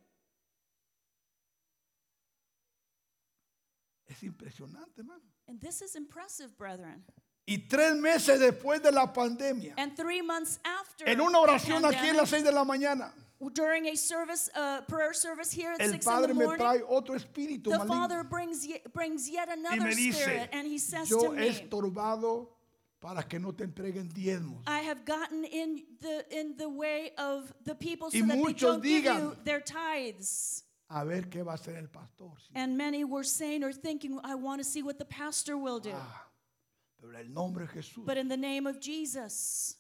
S1: Es impresionante, hermano.
S2: And this is impressive, brethren.
S1: Y tres meses después de la pandemia,
S2: And three months after,
S1: en una
S2: the
S1: oración aquí en
S2: pandemic,
S1: las seis de la mañana,
S2: during a service, uh, prayer service here at
S1: el
S2: six in
S1: Padre
S2: the
S1: me
S2: morning,
S1: trae otro espíritu
S2: the
S1: maligno
S2: Father brings ye- brings yet
S1: y
S2: another
S1: me dice,
S2: spirit, and he says to
S1: yo he
S2: me,
S1: estorbado para que no te entreguen diezmos.
S2: I have gotten in the in the way of the people so
S1: Y
S2: that they
S1: muchos
S2: don't give
S1: digan,
S2: you their tithes.
S1: A ver qué va a hacer el pastor. Sí.
S2: And many were saying or thinking, I want to see what the pastor will do.
S1: Ah, pero en el nombre de Jesús
S2: But in the name of Jesus,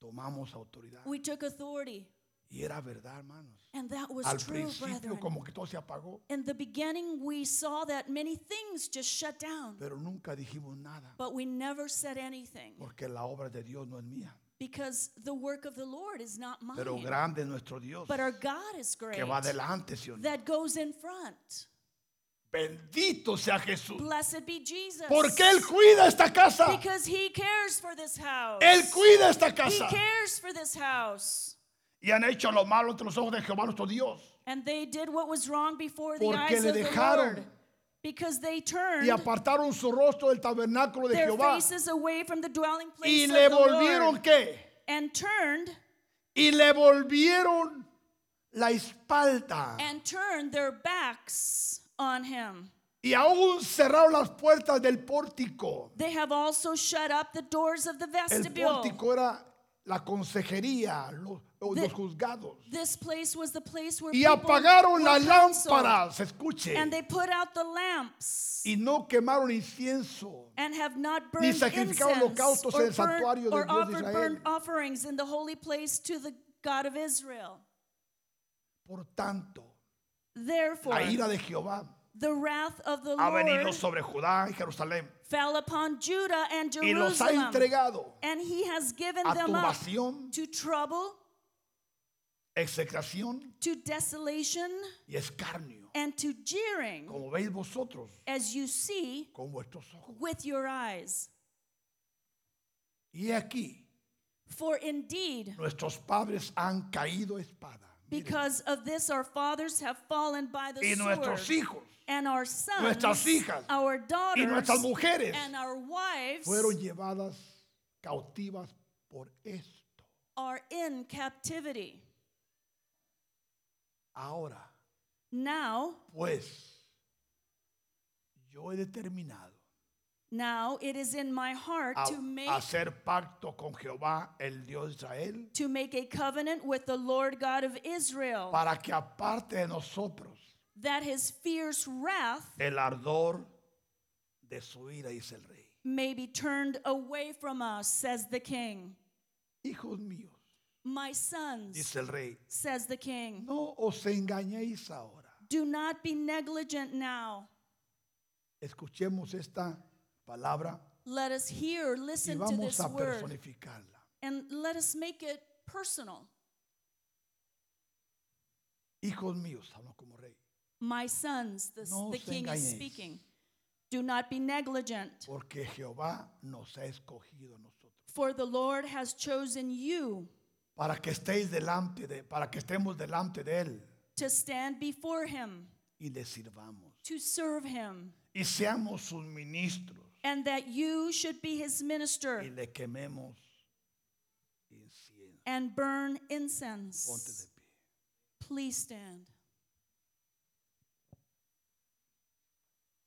S1: tomamos autoridad.
S2: we took authority.
S1: Y era verdad, hermanos.
S2: And that was
S1: Al
S2: true,
S1: principio
S2: brethren.
S1: como que todo se apagó,
S2: In the beginning, we saw that many things just shut down,
S1: pero nunca dijimos nada,
S2: but we never said anything
S1: porque la obra de Dios no es mía.
S2: because the work of the Lord is not
S1: Pero
S2: mine.
S1: grande es nuestro Dios
S2: But our God is great
S1: que va adelante, Señor.
S2: that goes in front.
S1: Bendito sea Jesús.
S2: Blessed be Jesus.
S1: Porque Él cuida esta casa.
S2: Because he cares for this house.
S1: Él cuida esta
S2: He
S1: casa.
S2: cares for this house.
S1: Y han hecho lo malo ante los ojos de Jehová nuestro Dios.
S2: And they did what was wrong before the
S1: Porque
S2: eyes
S1: le
S2: of the
S1: dejaron.
S2: Lord. Because they
S1: Y
S2: turned
S1: apartaron su rostro del tabernáculo de
S2: their
S1: Jehová.
S2: faces away from the dwelling place
S1: Y
S2: of
S1: le
S2: the
S1: volvieron
S2: Lord.
S1: qué?
S2: And turned
S1: Y le volvieron la espalda.
S2: and turned their backs on him.
S1: Y aún cerraron las puertas del pórtico.
S2: They have also shut up the doors of the
S1: El
S2: vestibule.
S1: pórtico era la consejería, los, los juzgados.
S2: This place was the place where
S1: Y
S2: people
S1: apagaron
S2: were
S1: las
S2: counseled.
S1: lámparas, escuche.
S2: And they put out the lamps.
S1: Y no quemaron incienso.
S2: and have not burned
S1: sacrificado
S2: incense
S1: holocaustos en
S2: or,
S1: el santuario del
S2: or
S1: Dios de
S2: offered
S1: Israel.
S2: burnt offerings in the holy place to the God of Israel.
S1: Por tanto,
S2: Therefore,
S1: La ira de Jehová
S2: the wrath of the
S1: ha
S2: Lord
S1: venido sobre Judá y Jerusalén
S2: fell upon Judah and
S1: y los ha
S2: Jerusalem,
S1: entregado
S2: and he has given
S1: a
S2: them up
S1: turbación,
S2: to trouble,
S1: execración
S2: to desolation,
S1: y escarnio,
S2: and to jeering,
S1: como veis vosotros
S2: as you see
S1: con vuestros ojos.
S2: with your eyes.
S1: Y aquí
S2: For indeed,
S1: nuestros padres han caído a espada miren,
S2: because of this, our fathers have fallen by the
S1: y nuestros
S2: sword,
S1: hijos
S2: and our sons,
S1: nuestras hijas,
S2: our
S1: y nuestras
S2: daughters,
S1: mujeres
S2: and our wives
S1: fueron llevadas cautivas por esto.
S2: are in captivity.
S1: Ahora,
S2: Now,
S1: pues, yo he determinado
S2: now it is in my heart
S1: a
S2: to make
S1: hacer pacto con Jehová, el Dios de Israel,
S2: to make a covenant with the Lord God of Israel,
S1: para que aparte de nosotros
S2: that his fierce wrath
S1: el ardor de su ira, dice el rey.
S2: may be turned away from us, says the king.
S1: Hijos míos,
S2: My sons,
S1: dice el rey,
S2: says the king,
S1: no os engañéis ahora.
S2: do not be negligent now.
S1: Escuchemos esta palabra
S2: Let us hear,
S1: y
S2: listen to
S1: vamos
S2: this
S1: a
S2: word,
S1: personificarla.
S2: and let us make it personal.
S1: Hijos míos, hablo como rey,
S2: My sons, the,
S1: No
S2: the
S1: os
S2: king is
S1: engañéis.
S2: speaking, do not be negligent,
S1: porque Jehová nos ha escogido a nosotros
S2: for the Lord has chosen you
S1: para que estéis delante de, para que estemos delante de él
S2: to stand before him,
S1: y le sirvamos
S2: to serve him.
S1: y seamos sus ministros
S2: and that you should be his minister
S1: y le quememos incienso.
S2: and burn
S1: Ponte de
S2: incense.
S1: pie.
S2: Please stand.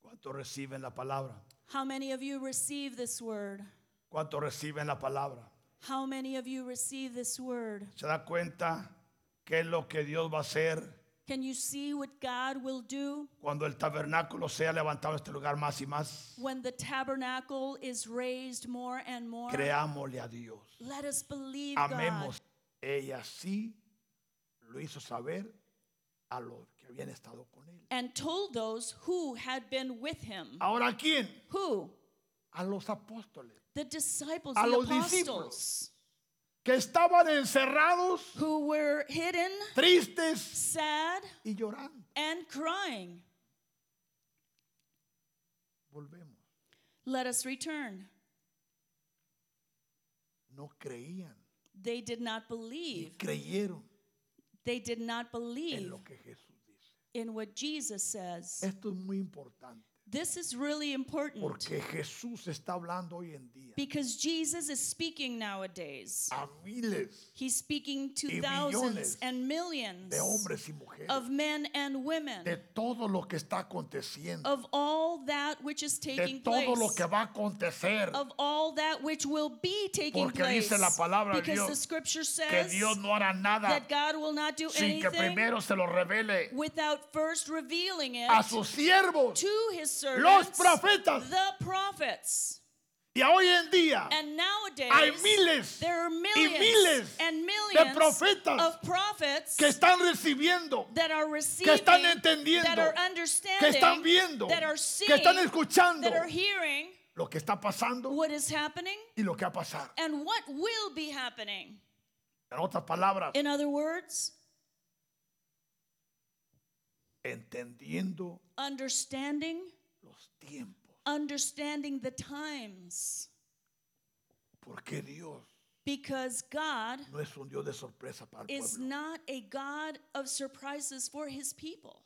S1: ¿Cuántos reciben la palabra?
S2: How many of you receive this word?
S1: ¿Cuántos reciben la palabra?
S2: How many of you receive this word?
S1: ¿Se da cuenta qué es lo que Dios va a hacer
S2: Can you see what God will do
S1: cuando el tabernáculo sea levantado en este lugar más y más?
S2: when the tabernacle is raised more and more?
S1: Creámosle a Dios.
S2: Let us believe God.
S1: Amemos. Ella sí lo hizo saber a los que habían estado con él.
S2: And told those who had been with him.
S1: Ahora, ¿a quién?
S2: Who?
S1: A los apóstoles
S2: The disciples,
S1: A
S2: the
S1: los
S2: apostles,
S1: que estaban encerrados,
S2: who were hidden,
S1: tristes
S2: sad,
S1: y llorando.
S2: and crying.
S1: Volvemos.
S2: Let us return.
S1: No creían.
S2: They did not
S1: Y
S2: believe.
S1: creyeron
S2: They did not
S1: en
S2: believe
S1: lo que Jesús dice.
S2: in what Jesus says.
S1: Esto es muy importante
S2: This is really important
S1: porque Jesús está hablando hoy en día
S2: because Jesus is speaking nowadays.
S1: a miles
S2: He's speaking
S1: Y
S2: to thousands
S1: millones
S2: and millions
S1: de hombres y mujeres
S2: of men and
S1: de
S2: women
S1: todo lo que está aconteciendo,
S2: of all that which is
S1: de
S2: taking
S1: todo lo
S2: place,
S1: que va a acontecer.
S2: of all that which will be taking
S1: Porque dice
S2: place.
S1: la palabra de
S2: Because
S1: Dios
S2: the scripture
S1: que
S2: says
S1: Dios no hará nada
S2: that God will not do
S1: sin que
S2: anything
S1: primero se lo revele
S2: without first revealing it
S1: a sus siervos.
S2: to his
S1: Los
S2: servants,
S1: profetas.
S2: the prophets.
S1: Y hoy en día
S2: And nowadays,
S1: hay miles
S2: there are millions
S1: miles
S2: and millions
S1: profetas
S2: of prophets
S1: que están recibiendo,
S2: that are receiving,
S1: entendiendo,
S2: that are
S1: que
S2: understanding,
S1: que están viendo,
S2: that are
S1: que
S2: seeing,
S1: están escuchando
S2: that are hearing
S1: lo que está pasando
S2: what is happening
S1: y lo que va a pasar.
S2: and what will be happening.
S1: En otras palabras,
S2: In other words,
S1: entendiendo
S2: understanding,
S1: los tiempos.
S2: understanding the times.
S1: Porque Dios
S2: Because God
S1: no es un Dios de sorpresa para el
S2: is
S1: pueblo.
S2: not a God of surprises for his people.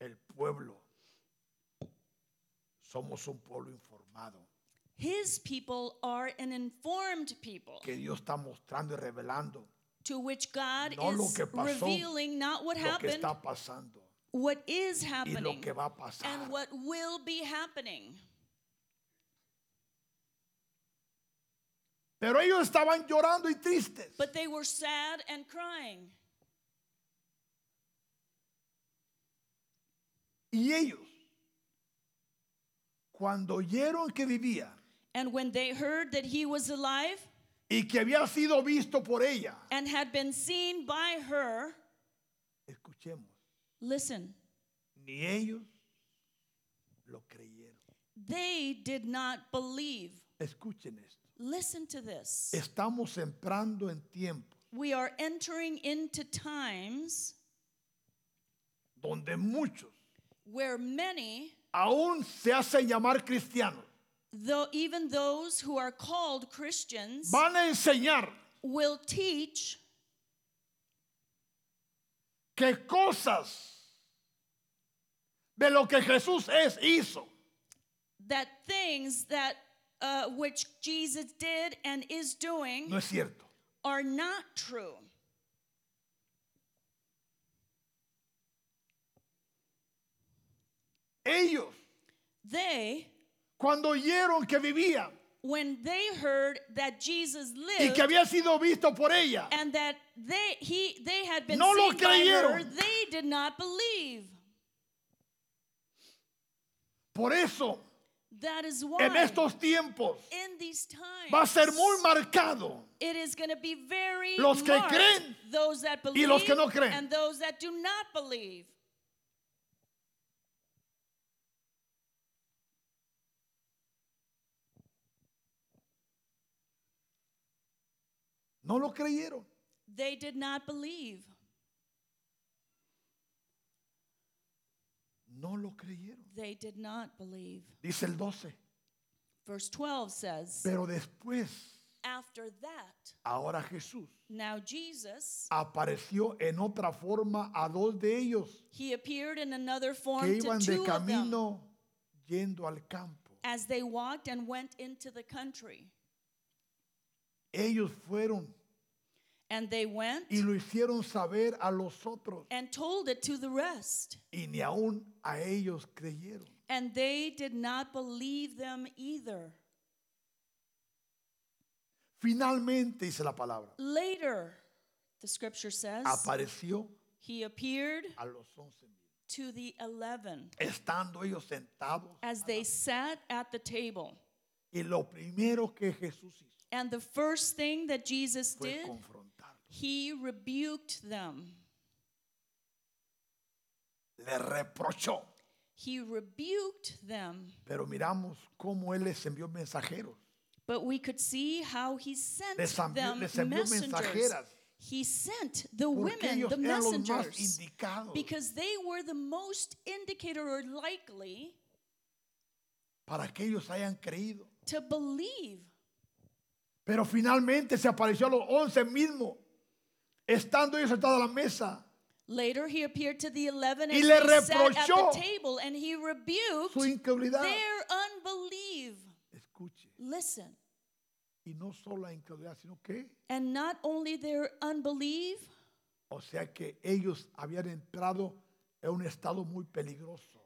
S1: El pueblo. Somos un pueblo informado.
S2: His people are an informed people
S1: Que Dios está mostrando y revelando
S2: to which God
S1: No lo
S2: is
S1: que pasó,
S2: revealing not what
S1: lo que
S2: happened,
S1: está pasando
S2: what is
S1: y lo
S2: happening,
S1: que va a pasar.
S2: and what will be happening.
S1: Pero ellos estaban llorando y tristes.
S2: But they were sad and crying.
S1: Y ellos, cuando oyeron que vivía
S2: And when they heard that he was alive
S1: y que había sido visto por ella,
S2: and had been seen by her,
S1: escuchemos,
S2: Listen,
S1: ni ellos lo creyeron.
S2: they did not believe.
S1: Escuchen esto.
S2: Listen to this.
S1: Estamos sembrando en tiempos
S2: We are entering into times
S1: donde muchos
S2: where many,
S1: aún se hacen llamar cristianos.
S2: though even those who are called Christians,
S1: Van a enseñar
S2: will teach
S1: que cosas de lo que Jesús es hizo
S2: that things that uh, which Jesus did and is doing
S1: no es cierto.
S2: are not true.
S1: Ellos
S2: They,
S1: cuando oyeron que vivía
S2: when they heard that Jesus
S1: y
S2: lived
S1: que había sido visto por ella,
S2: and that they he they had been
S1: No lo
S2: seen by her,
S1: creyeron.
S2: they did not believe.
S1: por eso
S2: That is why
S1: en estos tiempos
S2: in these times
S1: va a ser muy marcado
S2: it is going to be very
S1: Los que
S2: marked,
S1: creen
S2: those that
S1: y
S2: believe
S1: los que no creen.
S2: and those that do not believe.
S1: No lo creyeron.
S2: They did not believe.
S1: No lo creyeron.
S2: They did not believe.
S1: Dice el 12.
S2: Verse 12 says,
S1: Pero después,
S2: After that,
S1: ahora Jesús
S2: now Jesus,
S1: apareció en otra forma a dos de ellos
S2: he appeared in another form
S1: que
S2: to
S1: iban de
S2: two of them
S1: camino yendo al campo.
S2: as they walked and went into the country.
S1: Ellos fueron
S2: And they went
S1: y lo hicieron saber a los otros
S2: and told it to the rest.
S1: y ni aún a ellos creyeron.
S2: And they did not believe them either.
S1: Finalmente, dice la palabra,
S2: Later, the scripture says,
S1: Ah, apareció
S2: he appeared
S1: a los once mil,
S2: to the eleven
S1: estando ellos sentados.
S2: as they sat at the table.
S1: Y lo primero que Jesús hizo
S2: And the first thing that Jesus
S1: fue
S2: did,
S1: confrontarlos.
S2: he rebuked them.
S1: Le reprochó.
S2: He rebuked them.
S1: Pero miramos cómo Él les envió mensajeros.
S2: But we could see how he sent
S1: Les envió-
S2: them
S1: les envió
S2: messengers.
S1: mensajeras.
S2: He sent the
S1: Porque
S2: women,
S1: ellos
S2: the
S1: eran los más
S2: messengers,
S1: indicados
S2: because they were the most indicator or likely
S1: para que ellos hayan creído.
S2: to believe.
S1: Pero finalmente se apareció a los once mismos, estando ellos sentados a la mesa.
S2: Later he appeared to the eleven
S1: Y
S2: as
S1: le
S2: they sat at
S1: reprochó
S2: the table and he rebuked
S1: Su incredulidad.
S2: their unbelief.
S1: Escuche.
S2: Listen,
S1: Y no solo la incredulidad, sino que,
S2: and not only their unbelief,
S1: o sea que ellos habían entrado en un estado muy peligroso.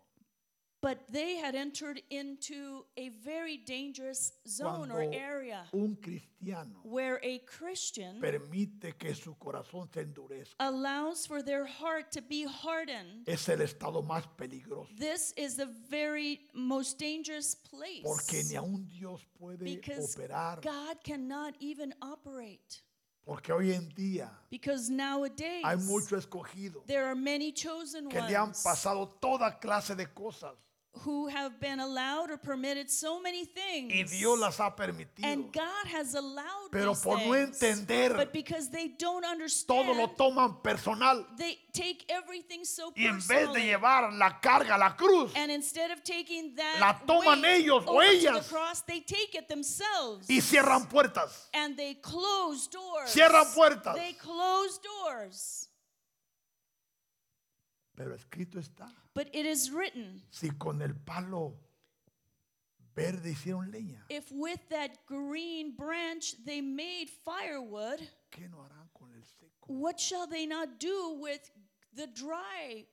S2: but they had entered into a very dangerous zone or
S1: Cuando
S2: area.
S1: un cristiano
S2: where a Christian
S1: permite que su corazón se endurezca,
S2: allows for their heart to be hardened,
S1: es el estado más peligroso.
S2: this is the very most dangerous
S1: Porque
S2: place
S1: ni aún Dios puede
S2: because
S1: operar.
S2: God cannot even operate.
S1: Porque hoy en día
S2: Because nowadays,
S1: hay mucho escogido
S2: there are many chosen
S1: que le han
S2: ones
S1: pasado toda clase de cosas
S2: who have been allowed or permitted so many
S1: y
S2: things.
S1: Dios las ha permitido.
S2: And God has allowed
S1: Pero
S2: these
S1: por no
S2: things.
S1: entender,
S2: but because they don't
S1: Todo
S2: understand,
S1: lo toman personal
S2: they take everything so
S1: y en vez de
S2: personally.
S1: llevar la carga a la cruz
S2: And instead of taking that
S1: La toman
S2: weight
S1: ellos o
S2: over to the
S1: ellas.
S2: cross, they take it themselves.
S1: y cierran puertas.
S2: and they close doors.
S1: Cierran puertas.
S2: They close doors.
S1: Pero escrito está,
S2: But it is written,
S1: si con el palo verde hicieron leña,
S2: if with that green branch they made firewood,
S1: ¿qué no harán con el seco?
S2: what shall they not do with the dry?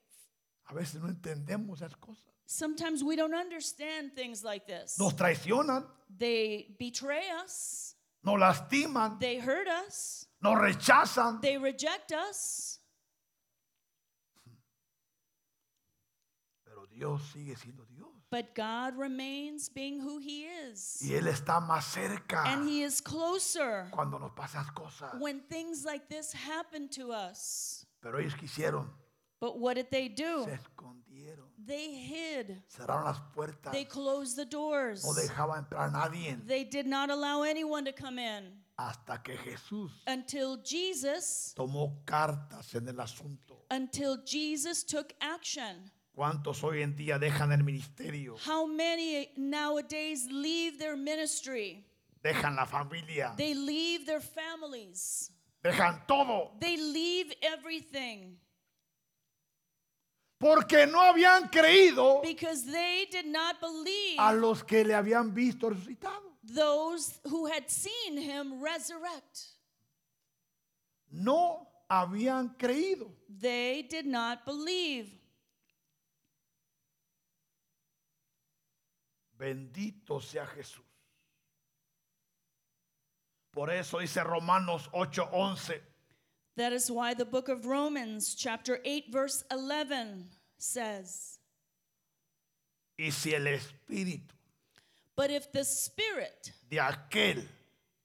S1: A veces no entendemos esas cosas.
S2: Sometimes we don't understand things like this.
S1: Nos traicionan,
S2: They betray us.
S1: nos lastiman,
S2: They hurt us.
S1: nos rechazan.
S2: They reject us.
S1: Pero Dios sigue siendo Dios.
S2: But God remains being who He is.
S1: Y Él está más cerca
S2: And he is closer
S1: cuando nos pasan cosas.
S2: when things like this happen to us.
S1: Pero ellos quisieron
S2: But what did they do?
S1: Se escondieron.
S2: They hid.
S1: Cerraron las puertas.
S2: They closed the doors.
S1: No dejaba entrar a nadie
S2: They did not allow anyone to come in
S1: hasta que Jesús
S2: until Jesus
S1: tomó cartas en el asunto.
S2: until Jesus took action.
S1: ¿Cuántos hoy en día dejan el ministerio?
S2: How many nowadays leave their ministry?
S1: Dejan la familia.
S2: They leave their families.
S1: Dejan todo.
S2: They leave everything
S1: Porque no habían creído
S2: because they did not believe
S1: a los que le habían visto resucitado.
S2: those who had seen him resurrect.
S1: No habían creído.
S2: They did not believe.
S1: Bendito sea Jesús. Por eso dice Romanos 8:11,
S2: That is why the book of Romans, chapter 8, verse 11 says,
S1: y si el espíritu
S2: But if the spirit
S1: de aquel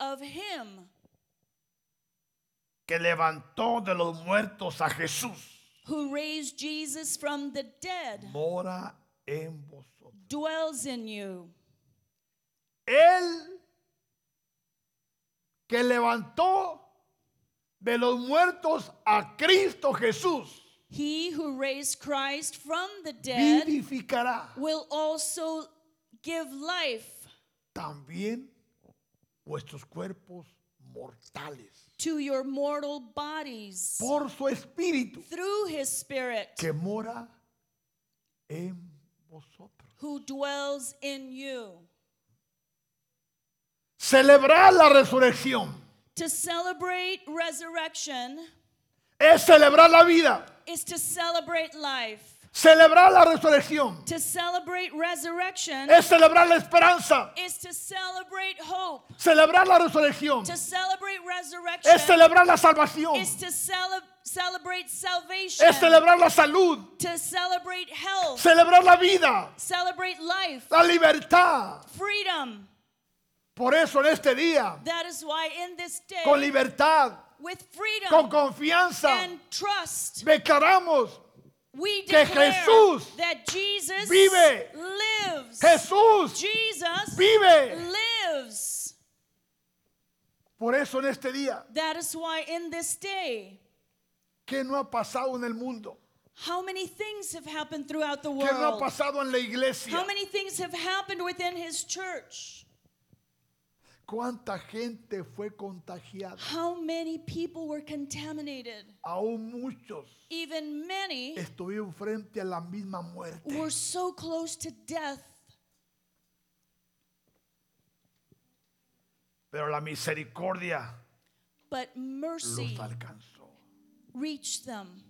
S2: of him
S1: que levantó de los muertos a Jesús
S2: who raised Jesus from the dead
S1: mora en vosotros,
S2: dwells in you,
S1: el que levantó de los muertos a Cristo Jesús
S2: he who raised Christ from the dead
S1: vivificará
S2: will also give life
S1: también vuestros cuerpos mortales
S2: to your mortal bodies
S1: por su espíritu
S2: through his spirit
S1: que mora en vosotros.
S2: who dwells in you.
S1: Celebrar la resurrección
S2: To celebrate resurrection
S1: es celebrar la vida.
S2: is to celebrate life.
S1: Celebrar la resurrección
S2: To celebrate resurrection
S1: es celebrar la esperanza.
S2: is to celebrate hope.
S1: Celebrar la resurrección
S2: To celebrate resurrection
S1: es celebrar la salvación.
S2: is to cele- celebrate salvation.
S1: Es celebrar la salud.
S2: to celebrate health.
S1: Celebrar la vida,
S2: celebrate life.
S1: la libertad.
S2: freedom.
S1: Por eso en este día,
S2: That is why in this day,
S1: con libertad,
S2: with freedom
S1: con confianza,
S2: and trust,
S1: declaramos,
S2: we
S1: que
S2: declare
S1: Jesús
S2: that Jesus
S1: vive.
S2: lives.
S1: Jesús
S2: Jesus
S1: vive.
S2: lives.
S1: Por eso en este día,
S2: That is why in this day,
S1: ¿qué no ha pasado en el mundo?
S2: How many things have happened throughout the
S1: ¿Qué no ha
S2: world?
S1: pasado en la iglesia?
S2: How many things have happened within his church?
S1: ¿Cuánta gente fue contagiada?
S2: How many people were contaminated?
S1: Aún muchos
S2: Even many
S1: estuvieron frente a la misma muerte.
S2: were so close to death.
S1: Pero la misericordia
S2: But mercy
S1: los alcanzó.
S2: reached them.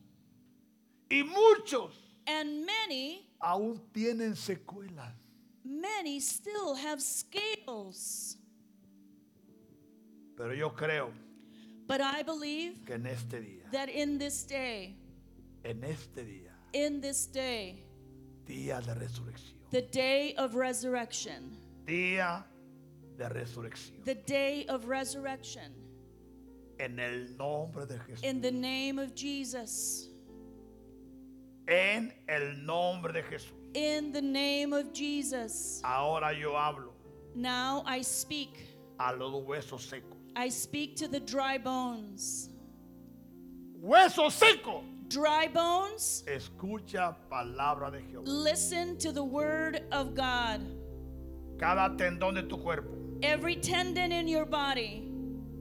S1: Y muchos
S2: And many,
S1: aún tienen secuelas.
S2: many still have scales.
S1: Pero yo creo
S2: But I believe
S1: que en este día,
S2: that in this day,
S1: en este día,
S2: in this day,
S1: día de resurrección,
S2: the day of resurrection,
S1: día de resurrección,
S2: the day of resurrection.
S1: en el nombre de Jesús,
S2: In the name of Jesus.
S1: en el nombre de Jesús.
S2: In the name of Jesus.
S1: Ahora yo hablo
S2: Now I speak.
S1: a los huesos secos.
S2: I speak to the dry bones.
S1: Huesos secos.
S2: Dry bones,
S1: Escucha palabra de Jehová.
S2: listen to the word of God.
S1: Cada tendón de tu cuerpo,
S2: Every tendon in your body,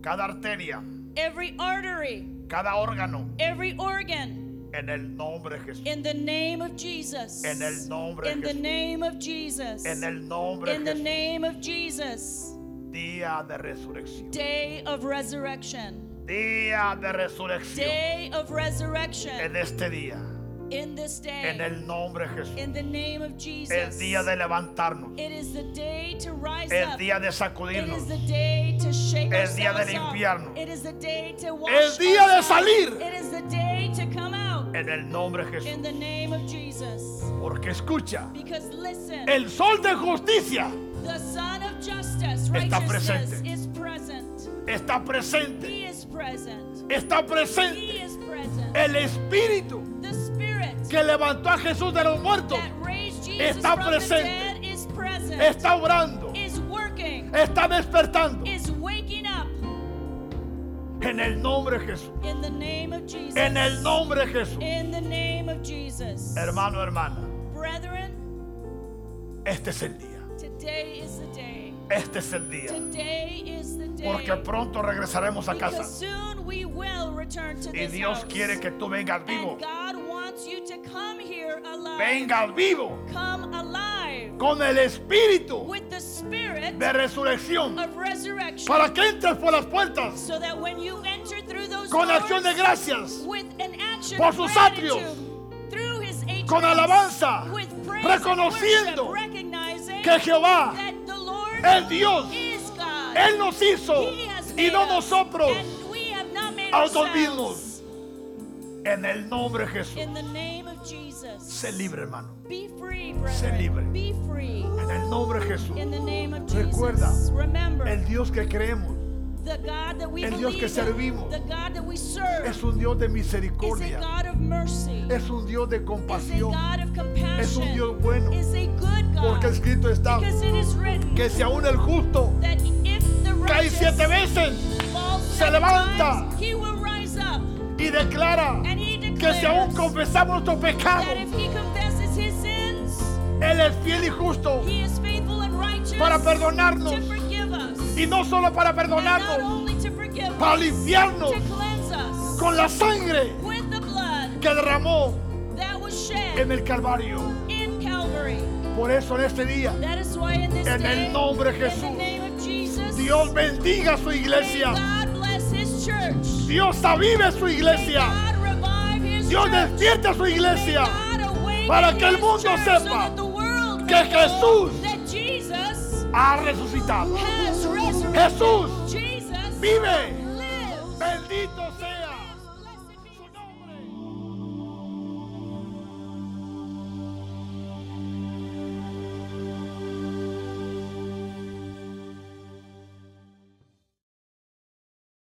S1: cada arteria,
S2: every artery,
S1: cada órgano,
S2: every organ,
S1: en el nombre de Jesús.
S2: in the name of Jesus.
S1: En el nombre de
S2: In the
S1: Jesús.
S2: name of Jesus.
S1: En el nombre
S2: In
S1: de
S2: the
S1: Jesús.
S2: name of Jesus.
S1: Día de resurrección.
S2: Day of resurrection.
S1: Día de resurrección.
S2: Day of resurrection.
S1: En este día,
S2: In this day.
S1: en el nombre de Jesús.
S2: In the name of
S1: El
S2: Jesus.
S1: día de levantarnos.
S2: It is the day to rise
S1: El
S2: up.
S1: día de
S2: it is
S1: sacudirnos.
S2: the day to shake
S1: El día de
S2: ourselves up.
S1: limpiarnos.
S2: It is the day to wash
S1: El día de
S2: ourselves.
S1: salir.
S2: It is the day to come out.
S1: En el nombre de Jesús.
S2: In the name of Jesus.
S1: Porque escucha,
S2: Because listen,
S1: el sol de justicia
S2: the Son of Justice,
S1: Está
S2: righteousness,
S1: presente.
S2: is present.
S1: está presente.
S2: He is present.
S1: Está
S2: He
S1: presente.
S2: is present.
S1: El espíritu
S2: The Spirit
S1: que levantó a Jesús de los muertos
S2: that raised Jesus
S1: Está
S2: from the
S1: presente.
S2: dead is present,
S1: está orando,
S2: is working,
S1: está despertando.
S2: is waking up
S1: En el nombre de Jesús.
S2: in the name of Jesus.
S1: En el nombre de Jesús.
S2: In the name of Jesus.
S1: Hermano, hermana,
S2: Brethren,
S1: este es el día.
S2: today is the day.
S1: Este es el día.
S2: Today is the day.
S1: Porque pronto regresaremos a
S2: because
S1: casa.
S2: soon we will return to
S1: Y
S2: this
S1: Dios
S2: house.
S1: quiere que tú vengas vivo.
S2: And God wants you to come here alive.
S1: Vengas vivo
S2: Come alive
S1: con el espíritu
S2: with the spirit
S1: de resurrección.
S2: of resurrection.
S1: Para que entres por las puertas
S2: so that when you enter through those
S1: con
S2: doors,
S1: acción de gracias.
S2: with an action
S1: Por
S2: of
S1: sus
S2: gratitude,
S1: atrios.
S2: through his atrios,
S1: Con alabanza.
S2: with praise and
S1: Reconociendo
S2: worship, recognizing
S1: Que Jehová,
S2: that the Lord
S1: el Dios,
S2: is God.
S1: Él nos hizo
S2: He has
S1: y
S2: made
S1: no
S2: us,
S1: nosotros.
S2: and we have not made
S1: a nosotros
S2: ourselves.
S1: En el nombre de Jesús.
S2: In the name of Jesus.
S1: Sé libre, hermano.
S2: Be free, brethren.
S1: libre.
S2: Be free.
S1: En el nombre de Jesús.
S2: In the name of Jesus.
S1: Recuerda,
S2: Remember,
S1: El Dios que creemos
S2: the God that we
S1: el Dios que
S2: believe in,
S1: servimos
S2: the God that we serve,
S1: es un Dios de
S2: is a
S1: misericordia.
S2: God of mercy.
S1: Es un Dios de
S2: is a
S1: compasión.
S2: God of compassion.
S1: Es un Dios bueno.
S2: Is a good God.
S1: Porque escrito está
S2: because it is written
S1: que si aún el justo
S2: that if the
S1: cae
S2: righteous
S1: siete veces
S2: falls
S1: se
S2: seven
S1: levanta.
S2: times, he will rise up.
S1: y declara
S2: And he
S1: que
S2: declares
S1: si aún confesamos nuestros
S2: that
S1: pecados,
S2: if he confesses his sins,
S1: Él es fiel y justo
S2: he is faithful and righteous
S1: Para perdonarnos.
S2: to forgive us.
S1: y no solo para
S2: and not
S1: perdonarnos,
S2: only to forgive
S1: para
S2: us,
S1: limpiarnos
S2: to cleanse us
S1: con la sangre
S2: with the blood
S1: que derramó
S2: that was
S1: en
S2: shed
S1: el Calvario.
S2: in Calvary.
S1: Por eso en este día,
S2: That is why in this
S1: En el
S2: day,
S1: nombre de
S2: in the
S1: Jesús,
S2: name of Jesus,
S1: Dios bendiga a su
S2: May
S1: iglesia.
S2: God bless his church.
S1: Dios avive su
S2: May
S1: iglesia.
S2: God revive his
S1: Dios
S2: church.
S1: despierta a su
S2: May
S1: iglesia.
S2: God awaken
S1: para que el
S2: his
S1: mundo
S2: church
S1: sepa
S2: so that the world
S1: que
S2: may know
S1: Jesús
S2: that Jesus
S1: Ha resucitado.
S2: has resurrected.
S1: Jesús
S2: Jesus
S1: vive.
S2: lives.
S1: Bendito sea.